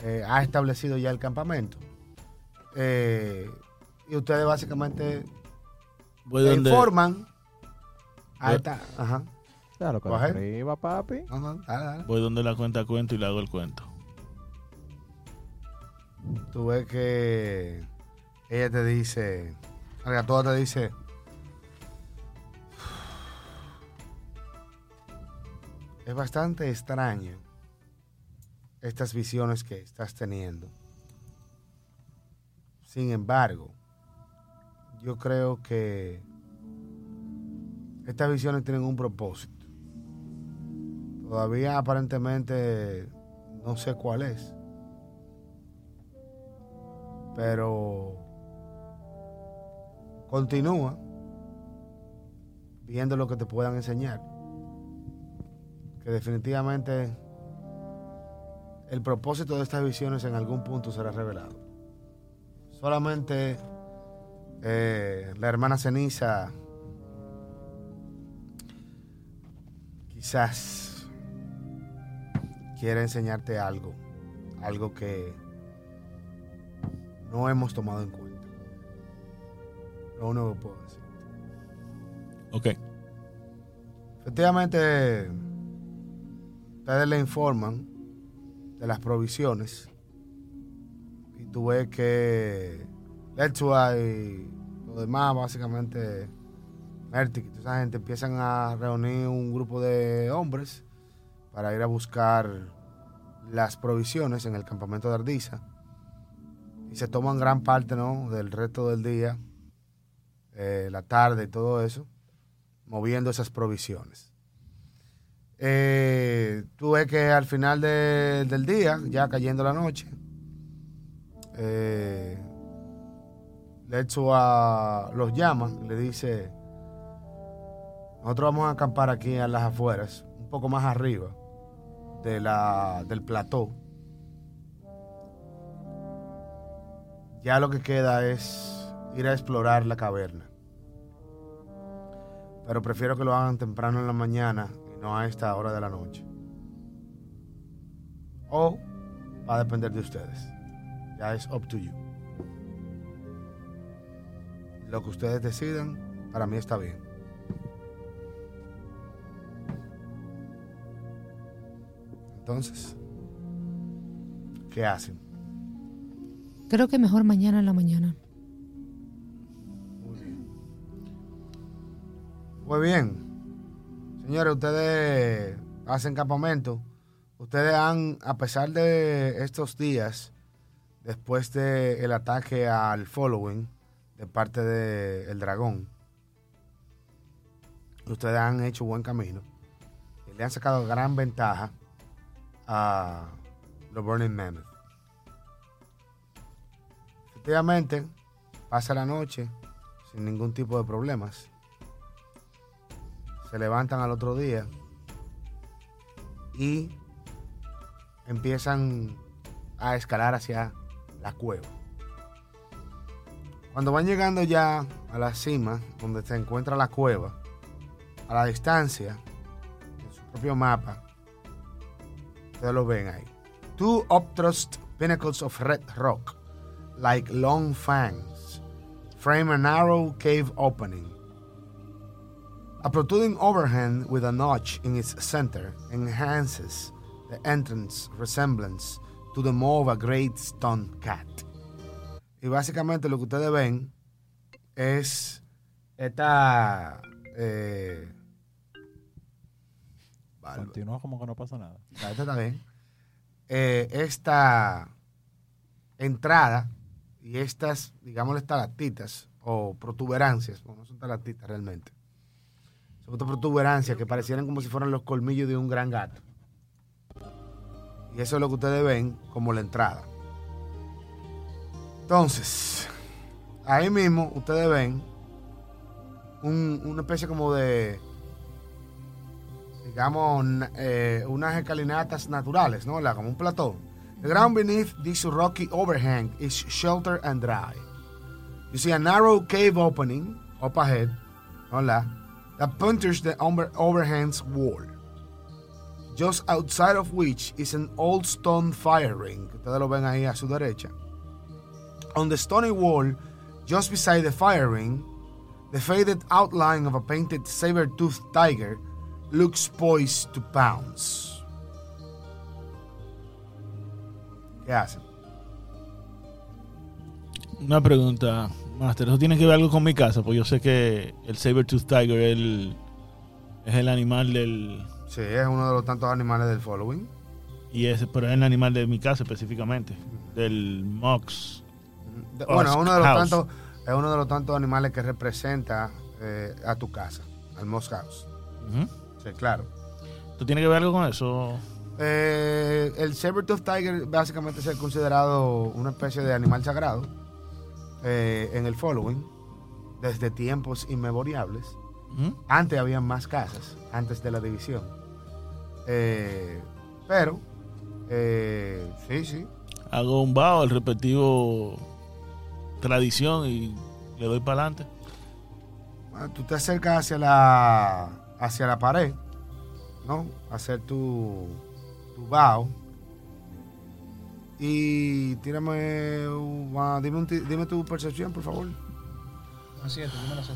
eh, ha establecido ya el campamento. Eh, y ustedes básicamente Voy se donde. informan a Voy- esta. Ajá. Claro, que Coge. arriba, papi. ajá, dale, dale. Voy donde la cuenta cuento y le hago el cuento. Tú ves que ella te dice, la toda te dice, es bastante extraño estas visiones que estás teniendo. Sin embargo, yo creo que estas visiones tienen un propósito. Todavía aparentemente no sé cuál es pero continúa viendo lo que te puedan enseñar. Que definitivamente el propósito de estas visiones en algún punto será revelado. Solamente eh, la hermana ceniza quizás quiere enseñarte algo, algo que no hemos tomado en cuenta. Lo único que puedo decir. Ok. Efectivamente, ustedes le informan de las provisiones y tú ves que Lechua y los demás, básicamente, Mertic y toda esa gente empiezan a reunir un grupo de hombres para ir a buscar las provisiones en el campamento de Ardiza y se toman gran parte ¿no? del resto del día, eh, la tarde y todo eso, moviendo esas provisiones. Eh, tú ves que al final de- del día, ya cayendo la noche, eh, Lechua los llama y le dice, nosotros vamos a acampar aquí a las afueras, un poco más arriba de la, del plató. Ya lo que queda es ir a explorar la caverna. Pero prefiero que lo hagan temprano en la mañana y no a esta hora de la noche. O va a depender de ustedes. Ya es up to you. Lo que ustedes decidan, para mí está bien. Entonces, ¿qué hacen? Creo que mejor mañana en la mañana. Muy Pues bien. Señores, ustedes hacen campamento. Ustedes han, a pesar de estos días, después del el ataque al following de parte del dragón, ustedes han hecho buen camino. Y le han sacado gran ventaja a los Burning Mammoth. Efectivamente, pasa la noche sin ningún tipo de problemas se levantan al otro día y empiezan a escalar hacia la cueva. Cuando van llegando ya a la cima, donde se encuentra la cueva, a la distancia, en su propio mapa, ustedes lo ven ahí. Two upthrust pinnacles of red rock, like long fangs, frame an narrow cave opening. A protruding overhand with a notch in its center enhances the entrance resemblance to the maw of a great stone cat. Y básicamente lo que ustedes ven es esta. eh, bárbaro. Continúa como que no pasa nada. Ya, esta está bien. Eh, esta entrada y estas, digamos, estalactitas o protuberancias, porque no son estalactitas realmente. Son estas protuberancias que parecieran como si fueran los colmillos de un gran gato. Y eso es lo que ustedes ven como la entrada. Entonces, ahí mismo ustedes ven un- una especie como de digamos, na- eh, unas escalinatas naturales, ¿no? La- Como un plató. The ground beneath this rocky overhang is sheltered and dry. You see a narrow cave opening up ahead, hola, that punctures the over- overhang's wall. Just outside of which is an old stone fire ring. Ustedes lo ven ahí a su derecha. On the stony wall, just beside the fire ring, the faded outline of a painted saber-toothed tiger looks poised to pounce. ¿Qué hacen? Una pregunta, Master. ¿Eso tiene que ver algo con mi casa? Pues yo sé que el Saber-Tooth Tiger el- es el animal del. Sí, es uno de los tantos animales del following. Y ese, pero es el animal de mi casa específicamente. Del Mox. De- bueno, es uno de los House. tantos, es uno de los tantos animales que representa eh, a tu casa, al Moss House. Ujú. Sí, claro. ¿Tú tienes que ver algo con eso? Eh, el Sabertooth Tiger básicamente es considerado una especie de animal sagrado eh, en el following desde tiempos inmemorables. Ujú. Antes había más casas, antes de la división. Eh, pero, eh, sí, sí. Hago un vaho al respectivo tradición y le doy para adelante. Bueno, tú te acercas hacia la, hacia la pared, ¿no? A Hacer tu, tu vaho. Y tírame, un- ah, dime, un ti- dime tu percepción, por favor. Ah, Así es, yo me la sé.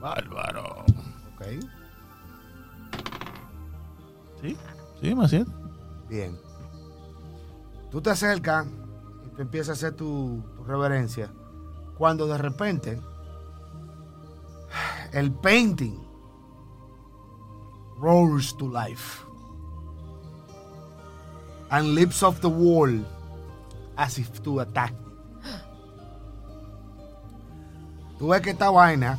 Bárbaro. Ok, ¿Sí? ¿Sí, Maciel? bien. Tú te acercas y tú empiezas a hacer tu, tu reverencia. Cuando de repente el painting roars to life and leaps off the wall as if to attack. Tú ves que esta vaina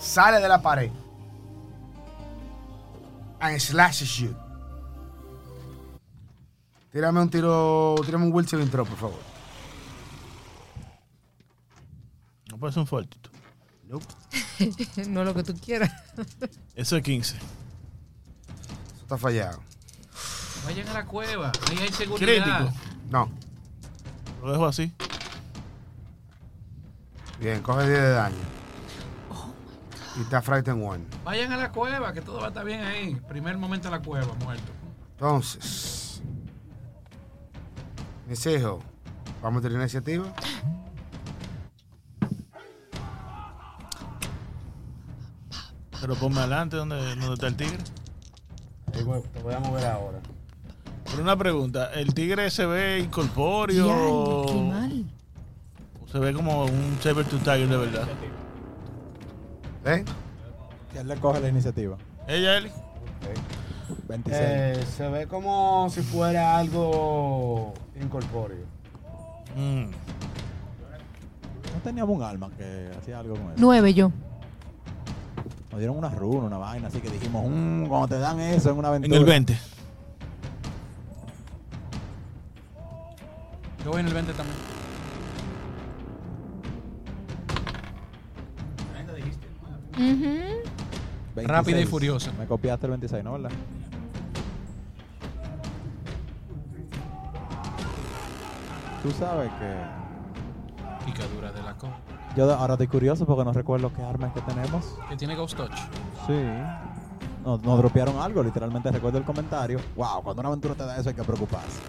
sale de la pared and slashes you. Tírame un tiro, tírame un Will Saving throw, por favor. No puede ser un fortito. Nope. no lo que tú quieras. Eso es 15. Eso está fallado. Vayan a la cueva. Ahí hay seguridad. Crítico. No. Lo dejo así. Bien, coge 10 de daño. Y está Frightened One. Vayan a la cueva, que todo va a estar bien ahí. Primer momento a la cueva, muerto. Entonces, mis hijos, vamos a tener iniciativa. Pero ponme adelante donde, donde está el tigre. Te voy a mover ahora. Pero una pregunta, ¿el tigre se ve incorpóreo? Diablo, qué mal. ¿O Se ve como un saber tooth tiger de verdad. ¿Eh? ¿Quién le coge la iniciativa? Ella, Eli. 26. Eh, se ve como si fuera algo incorpóreo. Mm. No teníamos un alma que hacía algo con eso. Nueve yo. Nos dieron una runa, una vaina, así que dijimos, "Mm, cuando te dan eso en una En aventura. el 20. Yo voy en el 20 también. Ujú. 26. Rápida y furiosa. Me copiaste el 26, ¿no? ¿Verdad? Tú sabes que. Picadura de la copa. Yo de- ahora estoy curioso porque no recuerdo qué armas que tenemos. Que tiene Ghost Touch. Sí. Nos, nos dropearon algo, literalmente recuerdo el comentario. Wow, cuando una aventura te da eso hay que preocuparse.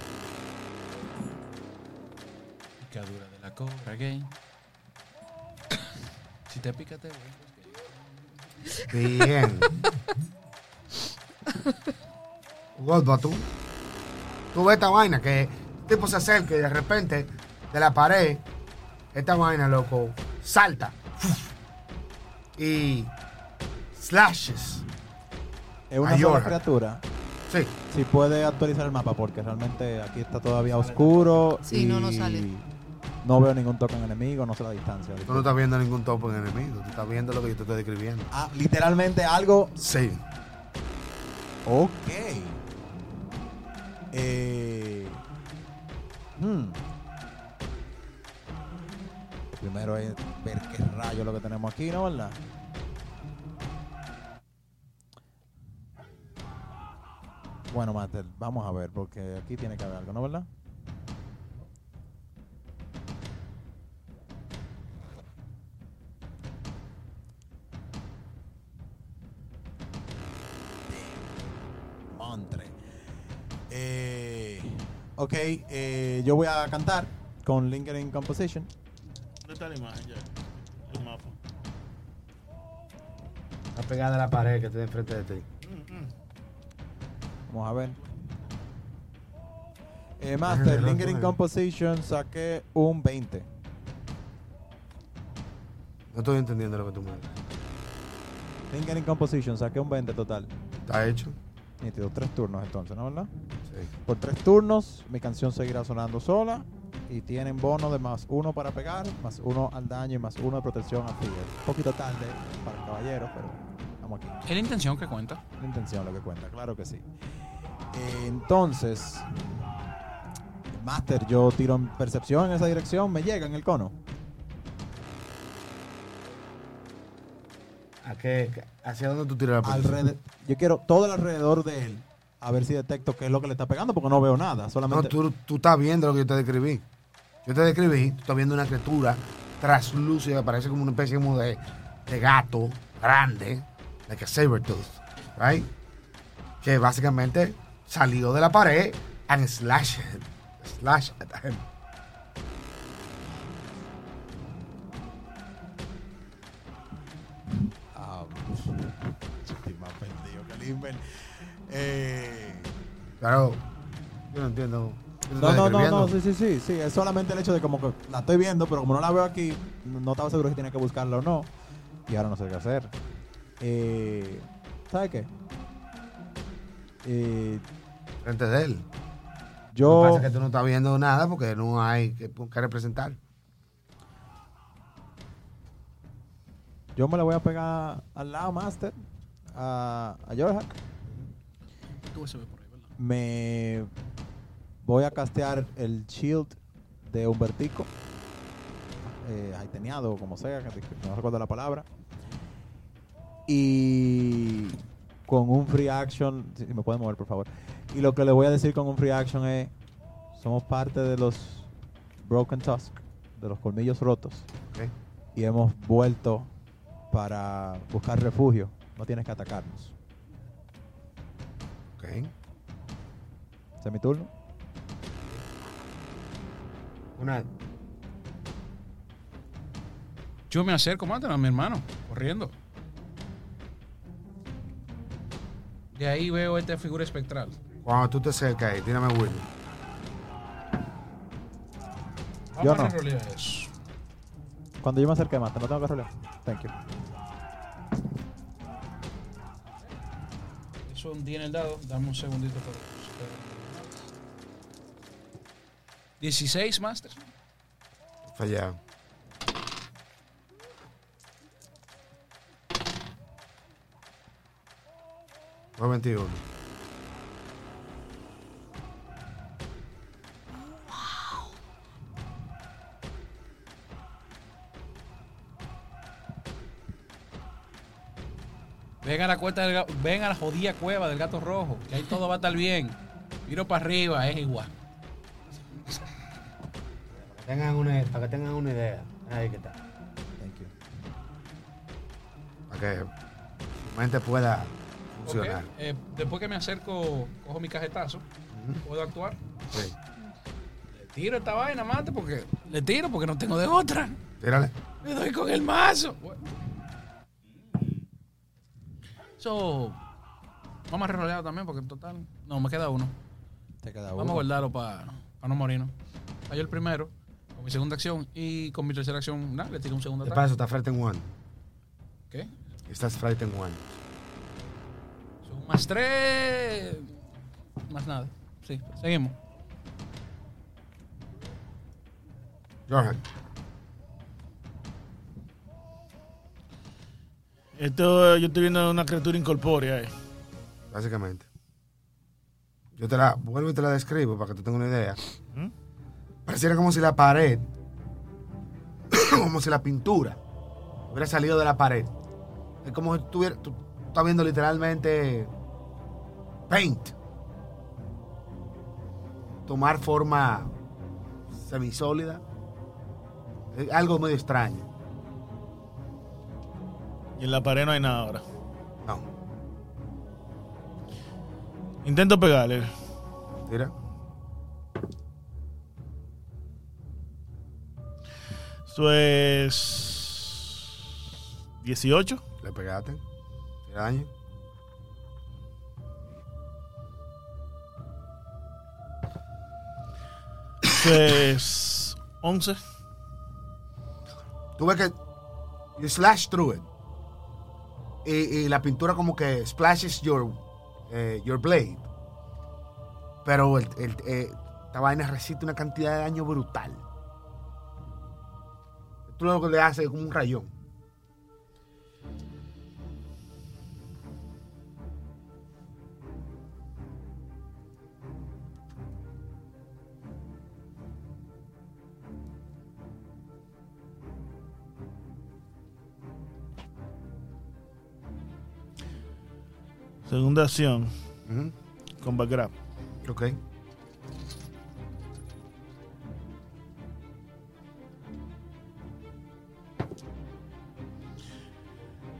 Picadura de la cobra, gay. Si te pica, te vuelves gay. Bien. Golba, tú. Tú ves esta vaina que el tipo se acerca y de repente de la pared, esta vaina, loco, salta. Y slashes. Es una A sola Jordan. criatura. Sí. Si puede actualizar el mapa, porque realmente aquí está todavía oscuro. Sí, y no, no sale. No veo ningún toque en enemigo, no sé la distancia. Tú no estás viendo ningún topo en enemigo. Tú estás viendo lo que yo te estoy describiendo. Ah, literalmente algo. Sí. Ok. Eh, hmm. Lo Primero es ver qué rayo es lo que tenemos aquí, ¿no? ¿Verdad? Bueno, Master, vamos a ver, porque aquí tiene que haber algo, ¿no? ¿Verdad? Montre. Eh, ok, eh, yo voy a cantar con Lingering Composition. ¿Dónde está la imagen ya? El mapa. Está pegada a la pared que está enfrente de ti. Vamos a ver. Eh, Master, Lingering Composition, saqué un 20. No estoy entendiendo lo que tú me dices. Lingering Composition, saqué un 20 total. ¿Está hecho? Nítido, tres turnos entonces, ¿no verdad? Sí. Por tres turnos, mi canción seguirá sonando sola. Y tienen bono de más uno para pegar, más uno al daño y más uno de protección al trigger. Un poquito tarde para el caballero, pero estamos aquí. Es la intención que cuenta. La intención lo que cuenta, claro que sí. Eh, Entonces, Master, yo tiro en percepción en esa dirección, me llega en el cono. ¿A qué? ¿Hacia dónde tú tiras la pelota? Alrede- yo quiero todo el alrededor de él, a ver si detecto qué es lo que le está pegando, porque no veo nada. No, Solamente tú, tú estás viendo lo que yo te describí. Yo te describí, tú estás viendo una criatura translúcida, parece como una especie como de, de gato grande, like a sabertooth, right? Que básicamente salió de la pared and slashed him. Slashed at him. Ah, estoy más perdido que Limber. Eh, Claro, yo no entiendo. Yo te No, estoy no, no, describiendo. no, sí, sí, sí, sí, es solamente el hecho de como que la estoy viendo, pero como no la veo aquí, no no estaba seguro si tenía que buscarla o no, y ahora no sé qué hacer. Eh, ¿Sabes qué? Eh, Frente de él. Lo que yo, pasa es que tú no estás viendo nada porque no hay que, que representar. yo me la voy a pegar al lado, Master, a, a Jorhack. Tú ese ve por ahí, ¿verdad? Me voy a castear el shield de Humbertico. Eh, haiteneado, como sea, que- que no recuerdo la palabra. Y con un free action, si si me pueden mover por favor. Y lo que le voy a decir con un free action es, somos parte de los Broken Tusk, de los colmillos rotos, ¿ok? y hemos vuelto para buscar refugio. No tienes que atacarnos. ¿ok? ¿Ese es mi turno? Una, Yo me acerco, mátalo a mi hermano, corriendo. De ahí veo esta figura espectral. cuando tú te acercas ahí, tírame Will. Yo Vamos a no. rolear eso. Cuando yo me acerque más, no tengo que rolear. Thank you. Eso es un 10 en el dado. Dame un segundito para. 16, Master. Fallado. Fue 21. Ven a la cuesta del ga- ven a la jodida cueva del gato rojo, que ahí todo va a estar bien. Miro para arriba, es igual. Para que tengan una, para que tengan una idea. Ahí que está. Thank you. Para que su mente pueda funcionar. Ok, eh, después que me acerco, cojo mi cajetazo, puedo actuar. Sí. Le tiro esta vaina, mate, porque le tiro porque no tengo de otra. Tírale. Le doy con el mazo. Bueno, So, vamos a rerolearlo también porque en total. No, me queda uno. Te queda Vamos a guardarlo para no morirnos. Cayó el primero con mi segunda acción y con mi tercera acción, nada, le tiré un segundo De ataque. paso, está Fright and One. ¿Qué? Estás Fright and One. Son un más tres. Más nada. Sí, seguimos. Jorge. Esto, yo estoy viendo una criatura incorpórea. eh. básicamente. Yo te la vuelvo y te la describo para que tú tengas una idea. ¿Mm? Pareciera como si la pared, como si la pintura hubiera salido de la pared. Es como si tuviera, tú estás viendo literalmente paint tomar forma semisólida. Es algo medio extraño. Y en la pared no hay nada ahora. No, Intento pegarle. mira. Eso es. 18. Le pegaste. Tira daño. Eso es. 11. Tú ves que you slash through it. Y, y la pintura como que splashes your, eh, your blade. Pero el, el- eh, esta vaina resiste una cantidad de daño brutal. Tú lo que le haces es como un rayón. Segunda acción. Ujú. Con grab. Ok.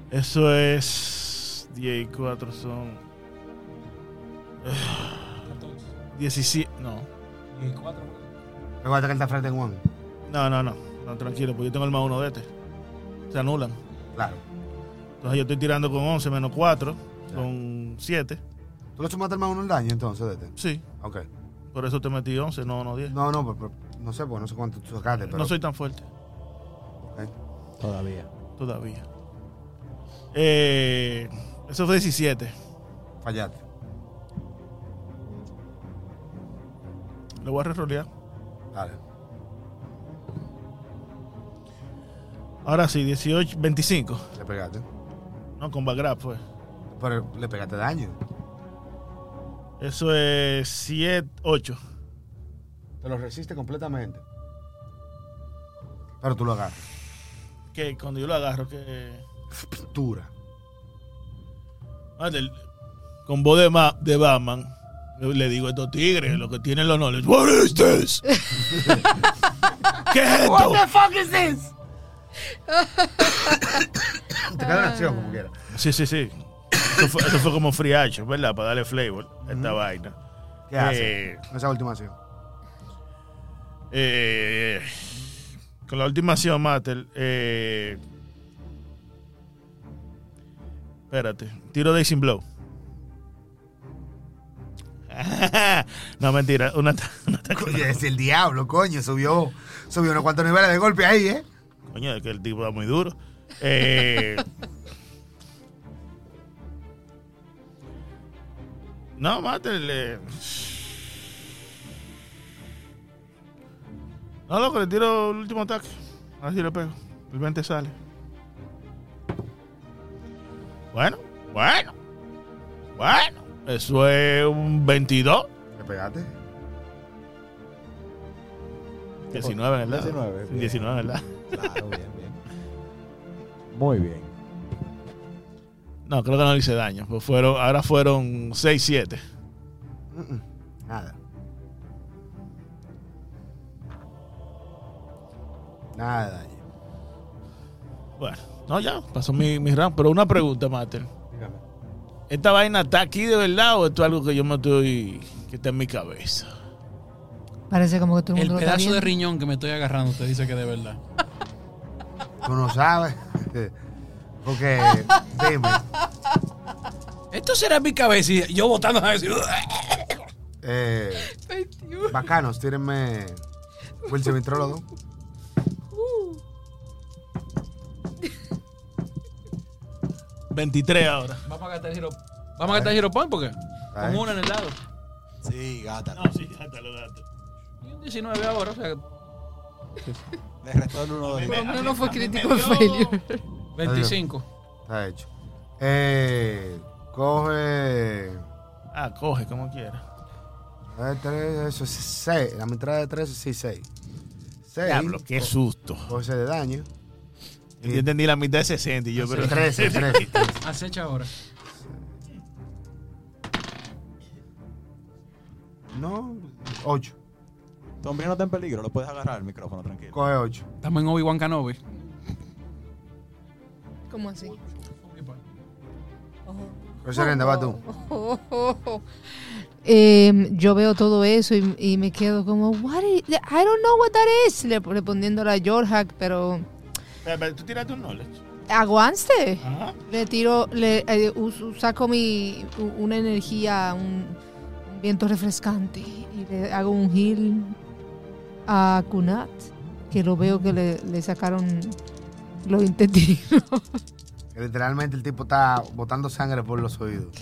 Eso es. 10 y 4 son. 17. No. Y cuatro. Recuerda que él está frente en one. No, no, no. No, tranquilo, porque yo tengo el más uno de este. Se anulan. Claro. Entonces yo estoy tirando con 11 menos 4. Con 7. ¿Tú le sumaste más uno el daño entonces? de este? Sí. Ok. Por eso te metí 11, no, no 10. No, no, pero- pero- no sé, pues no sé cuánto tú sacaste, pero. No soy tan fuerte ok. Todavía. todavía. Eh, eso fue 17. Fallaste. Lo voy a rerolear. Dale. Ahora sí, 18, 25. Le pegaste. No, con backgrab fue. Pero le pegaste daño. Eso es 7, 8. Te lo resiste completamente. Pero tú lo agarras. Que cuando yo lo agarro, que. Pintura. Ah, del- con voz de, ma- de Batman, yo le digo a estos tigres, lo que tienen los noles. What is this? ¿Qué es esto? fuck is this? Te queda la acción como quieras. Sí, sí, sí. Eso fue, eso fue como free action, ¿verdad? Para darle flavor a esta vaina. ¿Qué haces? Eh, Esa última acción. Eh, con la última acción, Matel. Eh, espérate. Tiro de Blow. no, mentira. Una, ta- una ta- Coño, es el diablo, coño. Subió, subió unos cuantos niveles de golpe ahí, ¿eh? Coño, es que el tipo da muy duro. Eh, no, Matel. eh. No, loco, le tiro el último ataque. A ver si le pego. El 20 sale. Bueno, bueno. Bueno. Eso es un 22. Le pegaste. 19, ¿verdad? 19, bien. 19, ¿verdad? Claro, bien, bien. Muy bien. No, creo que no le hice daño. Pues fueron, ahora fueron 6, 7. Mm, mm. Nada. Nada de daño. Bueno, no, ya, pasó mi, mi round. Pero una pregunta, Mater. Dígame. ¿Esta vaina está aquí de verdad o esto es algo que yo me estoy. que está en mi cabeza? Parece como que todo el El mundo lo está pedazo de viendo. riñón que me estoy agarrando, te dice que de verdad. Tú no sabes. Porque, dime. Esto será en mi cabeza y yo votando a decir. Eh, bacanos, tírenme Wilson Vitrólogo. Uh, 23 ahora. Vamos a gastar Hero. Vamos a gastar Hero Point porque. Ay. Con uno en el lado. Sí, gata. No, sí, hasta lo gato. Y un 19 ahora, o sea. Le restó el uno de por lo menos no fue crítico me de dio- failure. 25. Está hecho. Eh, coge. Ah, coge, como quiera. A ver, tres, eso es seis. La mitad de tres, sí, seis. Seis. Diablo, qué susto. Coge seis de daño. Yo entendí la mitad de 60 y yo, pero. Trece, trece. Acecha ahora. No, ocho. Tu hombre no está en peligro, lo puedes agarrar el micrófono, tranquilo. Coge ocho. Estamos en Obi-Wan Kenobi. ¿Cómo así? Coge Serenda, va tú. Oh, oh, oh. Eh, yo veo todo eso y, y me quedo como, what is, I don't know what that is, le- respondiéndole a Jorhack, pero Espera, espera, Tú tiraste un knowledge. aguante. Ajá. Le tiro, le eh, uso- saco mi, u- una energía, un, un viento refrescante y le hago un heal a Kunat, que lo veo que le, le sacaron los intestinos. Que Literalmente el tipo está botando sangre por los oídos.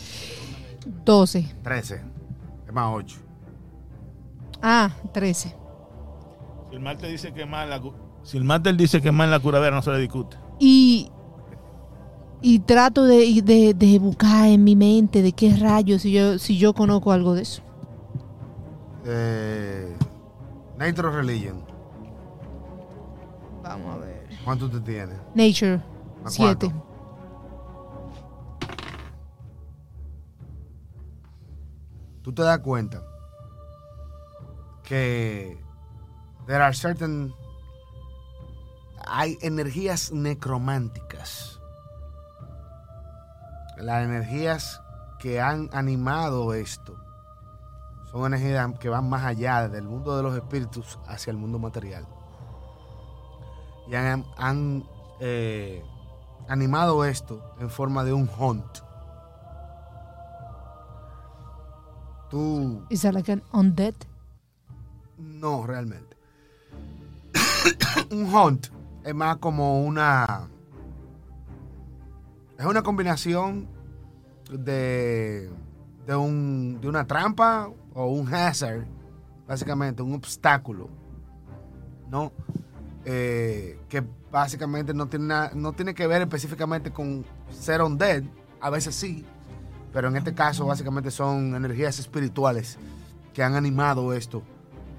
12. Trece. Es más ocho. Ah, 13. Si el Marte dice que más la. cu- Si el Marte dice que más en la curadera, no se le discute. Y, y trato de, y de, de buscar en mi mente de qué rayos si yo, si yo conozco algo de eso. Eh, Nitro Religion. Vamos a ver. ¿Cuánto tú tienes? Nature, ¿A 7. cuánto? Tú te das cuenta que there are certain hay energías necrománticas. Las energías que han animado esto son energías que van más allá del mundo de los espíritus hacia el mundo material. Y han, han, eh, animado esto en forma de un hunt. Tú Is that like an undead? no, realmente. un hunt es más como una. Es una combinación de. de, un, de una trampa o un hazard, básicamente, un obstáculo. ¿No? Eh, que básicamente no tiene, na- no tiene que ver específicamente con ser undead, a veces sí, pero en este caso básicamente son energías espirituales que han animado esto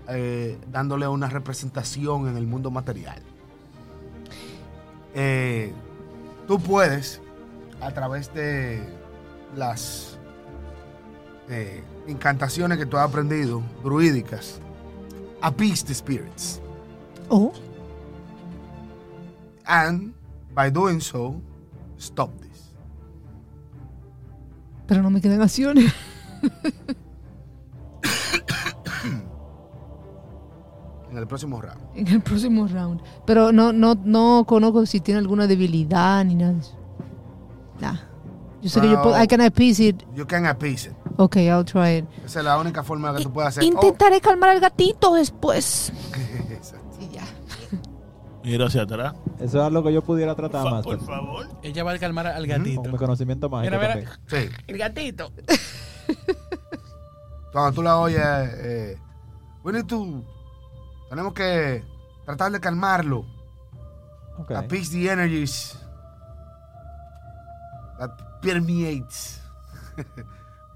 eh, dándole una representación en el mundo material. Eh, tú puedes, a través de las eh, encantaciones que tú has aprendido, druídicas, appease the spirits. Oh, And by doing so, stop this. pero no me quedan acciones. En el próximo round. En el próximo round. Pero no, no, no conozco si tiene alguna debilidad ni nada de eso. Nah. Yo sé que yo puedo. I can appease it. You can appease it. Ok, I'll try it. Esa es la única forma que tú puedes hacer. Intentaré calmar al gatito después. Oh, exacto. Y ya. Miro hacia atrás. Eso es lo que yo pudiera tratar Fa- más. por favor. Ella va a calmar al Con gatito. mi conocimiento mágico Mira, mira. también. sí. El gatito. Cuando tú la oyes, eh, bueno, tú, tenemos que tratar de calmarlo. Ok. Appease the energies that permeates,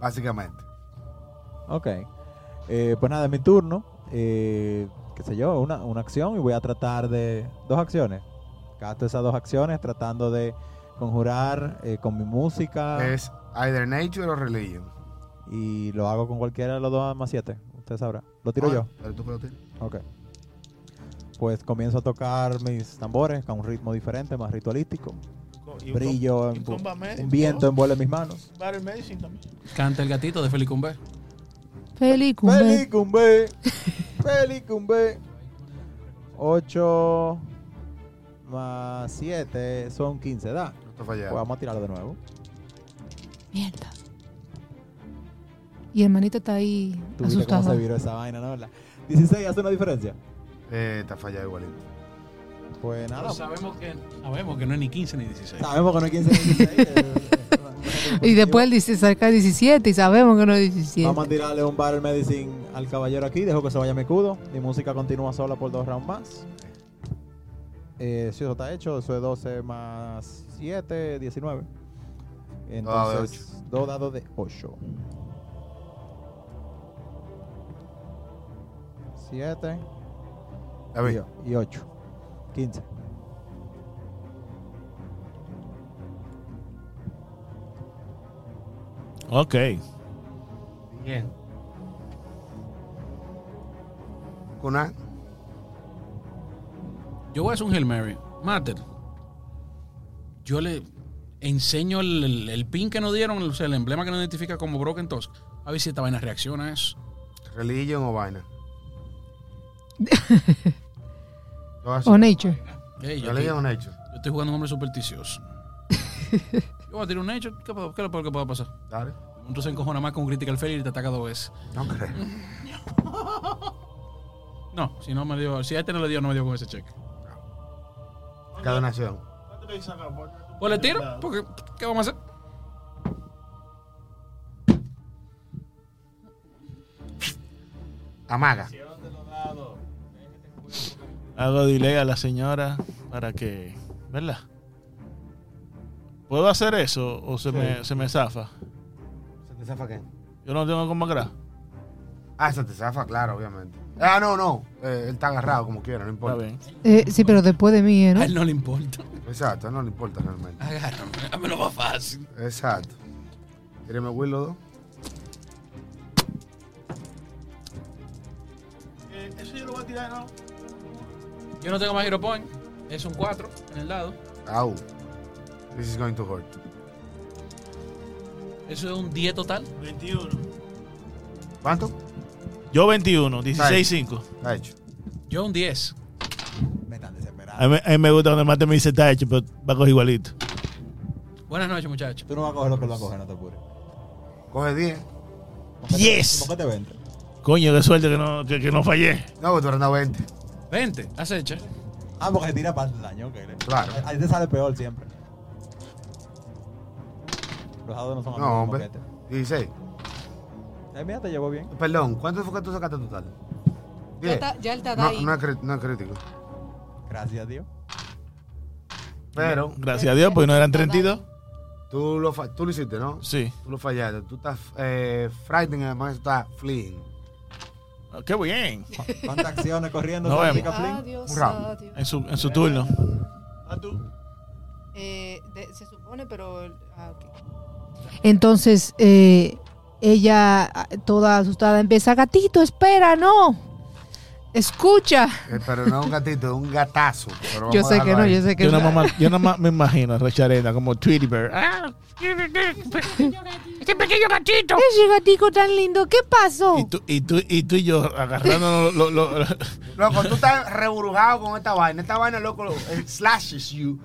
básicamente. Ok. Eh, pues nada, es mi turno. Eh, qué sé yo, una, una acción y voy a tratar de. Dos acciones. Gasto esas dos acciones tratando de conjurar eh, con mi música. Es either nature or religion. Y lo hago con cualquiera de los dos más siete. Usted sabrá. Lo tiro Ah, yo. pero tú que lo tiras. Ok. Pues comienzo a tocar mis tambores con un ritmo diferente, más ritualístico. Y un Brillo, com- y un envu- combat un medic, viento ¿no? envuelve mis manos. Battle medicine también. Canta el gatito de Felicumbe. Felicumbe. Felicumbe. Felicumbe. 8 más 7 son 15, da. No te fallaste. Pues vamos a tirarlo de nuevo. Mierda. Y hermanito está ahí Tú viste cómo se asustado. viró esa vaina, ¿no? ¿Verdad? 16 hace una diferencia. Eh, está fallado igualito. Pues nada. Pero sabemos que, sabemos que no es ni 15 ni 16. Sabemos que no hay 15 ni 16. eh, Y después él dice, saca 17 y sabemos que no es 17. Vamos a tirarle un barrel medicine al caballero aquí. Dejo que se vaya Mecudo. Mi música continúa sola por dos rounds más. Eh, si eso está hecho, eso es 12 más 7, 19. Entonces, dos dados de 8. 7 David, y 8. 15. Ok. Bien. Cuna, Yo voy a hacer un Hail Mary. Mater. Yo le enseño el, el- el pin que nos dieron, o sea, el emblema que nos identifica como Broken Tusk. A ver si esta vaina reacciona a eso. religion o vaina. Todo así. O Nature. Ey, yo, estoy, Religion o nature. yo estoy jugando un hombre supersticioso. yo voy a tirar un hecho. ¿Qué, puedo- qué es lo peor que pueda pasar? Dale. Entonces encojona más con Critical Failure y te ataca dos veces. No creo. No, si no me dio, si a este no le dio, no me dio con ese cheque. Cada donación. ¿Cuánto que saca? Porque tú- Pues le tiro, porque ¿qué vamos a hacer? Amaga. Hago delay a la señora para que. ¿Verdad? ¿Puedo hacer eso o se, me, se me zafa? ¿Se te zafa qué? Yo no tengo como agarrar. Ah, se te zafa, claro, obviamente. Ah, no, no. Eh, él está agarrado como quiera, no Está importa. bien. Eh, sí, pero después de mí, ¿eh, ¿no? A él no le importa. Exacto, no le importa realmente. Agárrame, hágamelo más fácil. Exacto. Tíreme Willow Eh, eso yo lo voy a tirar, ¿no? Yo no tengo más Hero Point. Es un 4 en el lado. 2. Au. This is going to hurt. Eso es un 10 total. 21. ¿Cuánto? Yo 21, 16-5. Está hecho. Yo un 10. Me están A desesperando. mí, a mí me gusta cuando el mate me dice está hecho, pero va a coger igualito. Buenas noches, muchachos. Tú no vas a coger lo que él va a coger, no te apures. Coge 10. Yes. ¿Por qué te vente? Coño, qué suerte que no, que, que no fallé. No, pues tú eres 90. 20, acecha. Ah, porque se tira para el daño, ok. Claro. A- A ti te sale peor siempre. Los dados no son No, amigos, hombre. moquete. este. 16. Eh, mira, te llevó bien. Perdón, ¿cuánto fue que tú sacaste total? Ya, 10. está, ya él está No, ahí. no es, cri- no es crítico. Gracias, Dios. Pero Gracias a Dios, porque no eran 32. tú lo, fa- tú lo hiciste, ¿no? Sí. Tú lo fallaste. Tú estás eh, frightened, además estás fleeing. Ah, Qué bien. ¿Cuántas acciones corriendo? Nos Santi vemos. Ah, Caplin? Adiós, Un round. adiós. En su, en su turno. ¿A Ah, tú? Eh, de- se supone, pero. Ah, ok. Entonces, eh, ella, ah, toda asustada, empieza, gatito, espera, no. Escucha. Eh, pero no es un gatito, es un gatazo. Pero Yo vamos a sé que dejarlo no, ahí. yo sé que Yo nada no. más, yo nada más me imagino a Racharena como Tweety Bird. Ah, Ese gatico tan lindo, ¿qué pasó? y, tú, y, tú, y tú y yo agarrándonos lo- lo- lo- Loco, tú estás reburujado con esta vaina. Esta vaina, loco, lo- eh, slashes you.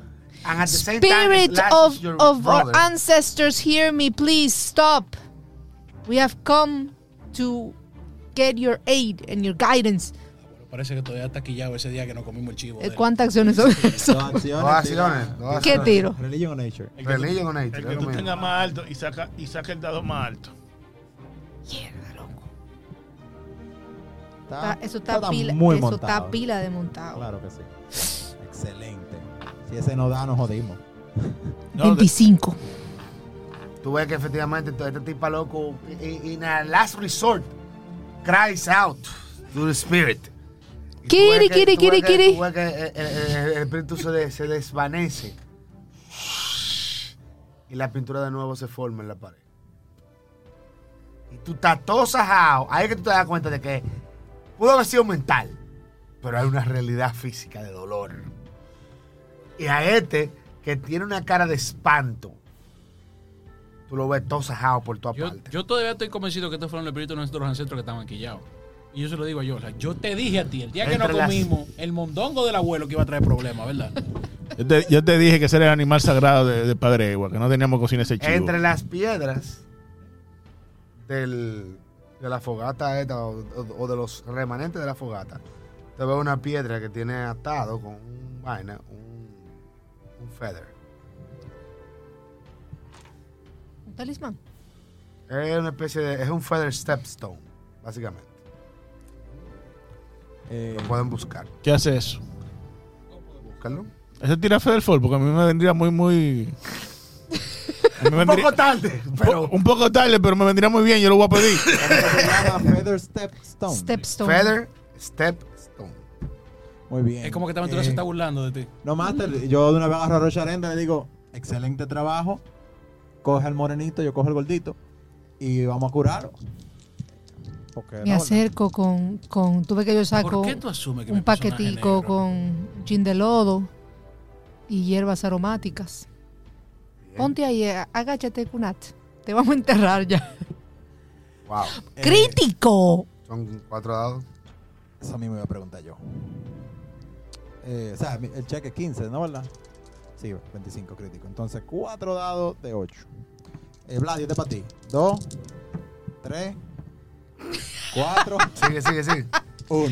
And at the same time, it Spirit slashes of, your of our brother. ancestors, hear me, please stop. We have come to get your aid and your guidance. Parece que todavía está quillado ese día que nos comimos el chivo. Eh, del- ¿Cuántas acciones son eso? Dos acciones. Dos acciones, dos ¿Qué acciones. tiro? Religion o Nature. El que tú- Religion o nature, el es que lo tú mismo. tengas más alto y saca, y saca el dado más alto. Está- eso está, tan pila, muy eso montado. está pila de montado. Claro que sí. Excelente. Si ese no da, nos jodimos. No, de- 25. Tú ves que efectivamente todo este tipo loco, i- in a last resort, cries out to the spirit. Y tú ves Kiri, que- kiri, tú ves kiri, que- kiri. tú ves que el- el- el- el espíritu se, de- se desvanece. Y la pintura de nuevo se forma en la pared. Y tú estás todo sajado. Ahí es que tú te das cuenta de que pudo haber sido mental, pero hay una realidad física de dolor. Y a este, que tiene una cara de espanto, tú lo ves todo sajado por toda Yo, parte. yo todavía estoy convencido que estos fueron los espíritus de nuestros ancestros que estaban quillados. Y yo se lo digo a Yola. Yo te dije a ti, el día que Entre nos las- comimos, el mondongo del abuelo que iba a traer problemas, ¿verdad? yo, te, yo te dije que ese era el animal sagrado de, de Padre Egua, que no teníamos cocina ese chivo. Entre las piedras del, de la fogata esta o, o- o de los remanentes de la fogata, te veo una piedra que tiene atado con un vaina, un, un feather. Un talismán. Es una especie de. Es un feather stepstone, básicamente. Eh, Lo pueden buscar. ¿Qué hace eso? Búscalo. Eso tira fe del fol, porque a mí me vendría muy, muy. A mí me Un vendría- poco tarde, pero. un poco tarde, pero me vendría muy bien, yo lo voy a pedir. se llama Feather Step Stone. Stepstone. Feather stepstone. Muy bien. Es como que Taventura Eh, se está burlando de ti. No, Master, yo de una vez agarro a Rocharenda y le digo, excelente trabajo, coge al morenito, yo cojo al gordito y vamos a curarlo. Porque Me no, acerco con, con. Tuve que yo saco ¿Por qué tú asumes que mi un personaje paquetico negro? con un chin de lodo y hierbas aromáticas. Ponte ahí, eh, agáchate, Kunat. Te vamos a enterrar ya. Wow. eh, ¡Crítico! Son cuatro dados. Eso a mí me iba a preguntar yo. Eh, o sea, mi- el cheque es 15, ¿no, verdad? Sí, 25 crítico. Entonces, 4 dados de 8. Eh, Vlad, este para ti. 2, 3, 4, Sigue, sigue, sigue. 1.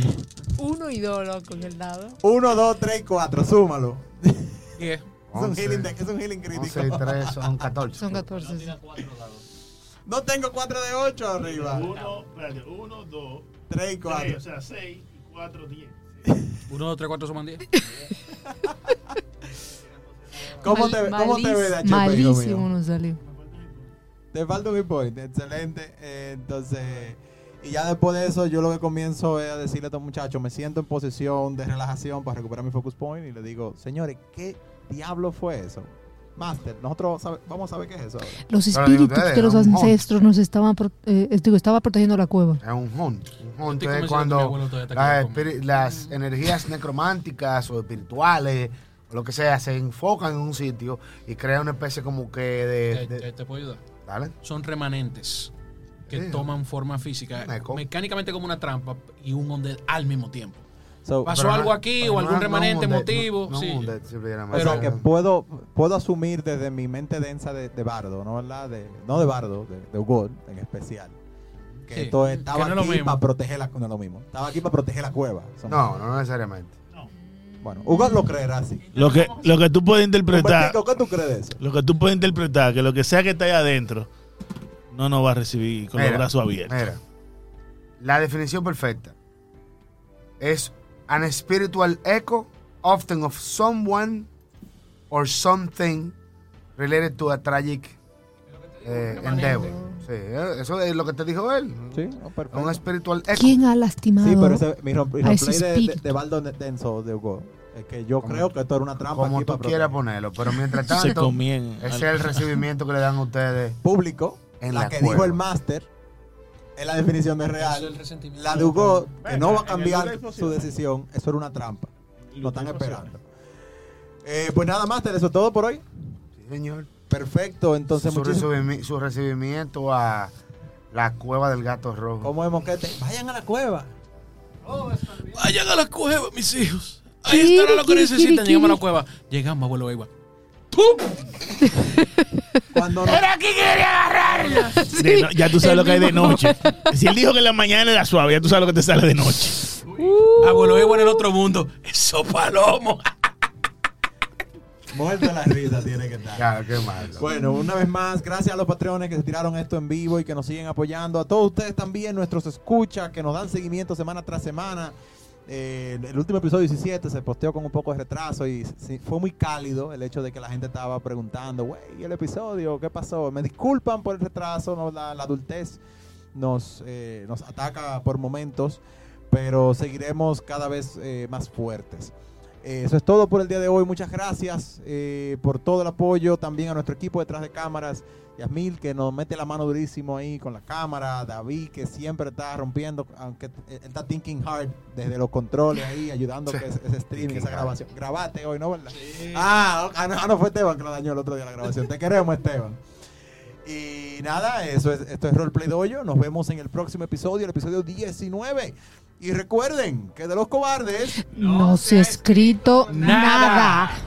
Uno y dos, loco, en el dado. 1, 2, 3, 4. Súmalo. Yeah. Es un, Once. healing, de- es un healing crítico. 11 y 3 son 14. Son 14. sí. No tengo 4 de 8 arriba. Uno, espérate, uno, dos, 3 y 4. sea, seis y cuatro, diez. Uno, dos, tres, cuatro suman diez. ¿Cómo Mal- te, ¿cómo te malís- ve la chepa, hijo mío? Malísimo nos salió. Te falta un hit point, excelente. Eh, entonces, y ya después de eso, yo lo que comienzo es a decirle a estos muchachos, me siento en posición de relajación para recuperar mi focus point y le digo, señores, ¿qué diablo fue eso? Master, nosotros sabe- vamos a saber qué es eso. ahora. Los Pero digo, espíritus ustedes, que los era un monstruo. ancestros nos estaban. pro- eh, digo, estaba protegiendo la cueva. Es un hunt. Un hunt Estoy convencido que es mi cuando abuelo todavía está las, aquí conmigo. espiri- las energías necrománticas o espirituales o lo que sea se enfocan en un sitio y crean una especie como que de. Te, de- te- te puedo ayudar. ¿Dale? Son remanentes que Sí. toman forma física, Un eco. mecánicamente como una trampa y un undead al mismo tiempo. So, Pasó Pero no- algo aquí pero o algún no- no remanente un dead, motivo. no- no sí. un dead, simple y o sea, que llanamente. puedo, puedo asumir desde mi mente densa de, de bardo, ¿no? ¿verdad? De, no de bardo, de, de Ugor en especial. Que Sí, esto que estaba no es lo aquí mismo. para proteger la, no es lo mismo. Estaba aquí para proteger la cueva. Son- No, no necesariamente. Bueno, Ugor lo creerá así. Lo que, lo que tú puedes interpretar, Humbertico, ¿Qué tú crees de eso? lo que tú puedes interpretar, que lo que sea que está ahí adentro, no nos va a recibir con los Mira, brazos abiertos. Mira, la definición perfecta es an spiritual echo often of someone or something related to a tragic eh, endeavor. Sí, eh, eso es lo que te dijo él. Sí, no, perfecto. Un spiritual echo. ¿Quién ha lastimado? Sí, pero ese, mi rom- mi a ese roleplay de, de, espíritu. de Baldo Ne- Denso de Hugo es que yo Como- creo que esto era una trampa. Ah, pues Como aquí tú para quieras proteger. ponerlo, pero mientras Se tanto, comían. ese es al- el recibimiento que le dan a ustedes. Público, En la, la que cueva. dijo el máster, es la definición de Eso es real. el resentimiento. La de Hugo, que Venga, no va a en el cambiar Lula hay su posibilidad. decisión, eso era una trampa. Lo están hay esperando. Eh, pues nada, máster, eso es todo por hoy. Sí, señor. Perfecto, entonces su, muchísimas recibimi- su recibimiento a la cueva del gato rojo. ¿Cómo es Moquete? Vayan a la cueva. Vayan a la cueva, mis hijos. Kiri, Ahí estará lo que kiri, necesitan. kiri, Llegamos a la kiri. cueva. Llegamos, abuelo Eiwa. Cuando nos- de no- ya tú sabes el lo que hay de mismo. noche. Si él dijo que en la mañana era suave, ya tú sabes lo que te sale de noche. Abuelo Eiwa en el otro mundo. Eso palomo. muerto la risa tiene que estar. Ya, qué malo. Bueno, una vez más, gracias a los patrones que se tiraron esto en vivo y que nos siguen apoyando. A todos ustedes también, nuestros escuchas que nos dan seguimiento semana tras semana. Eh, el último episodio 17 se posteó con un poco de retraso y sí, fue muy cálido el hecho de que la gente estaba preguntando, güey, ¿y el episodio? ¿Qué pasó? Me disculpan por el retraso, no, la, la adultez nos, eh, nos ataca por momentos, pero seguiremos cada vez eh, más fuertes. Eh, Eso es todo por el día de hoy. Muchas gracias eh, por todo el apoyo. También a nuestro equipo detrás de cámaras. Yasmil, que nos mete la mano durísimo ahí con la cámara. David, que siempre está rompiendo, aunque t- él está thinking hard desde los controles ahí, ayudando que ese, ese streaming, Thinking esa hard. grabación. Grabate hoy, ¿no? ¿Verdad? Ah, ah, no, ah, no fue Esteban que lo dañó el otro día la grabación. Te queremos, Esteban. Y nada, eso es, esto es Roleplay Dojo. Nos vemos en el próximo episodio, el episodio 19. Y recuerden que de los cobardes... No se ha escrito nada.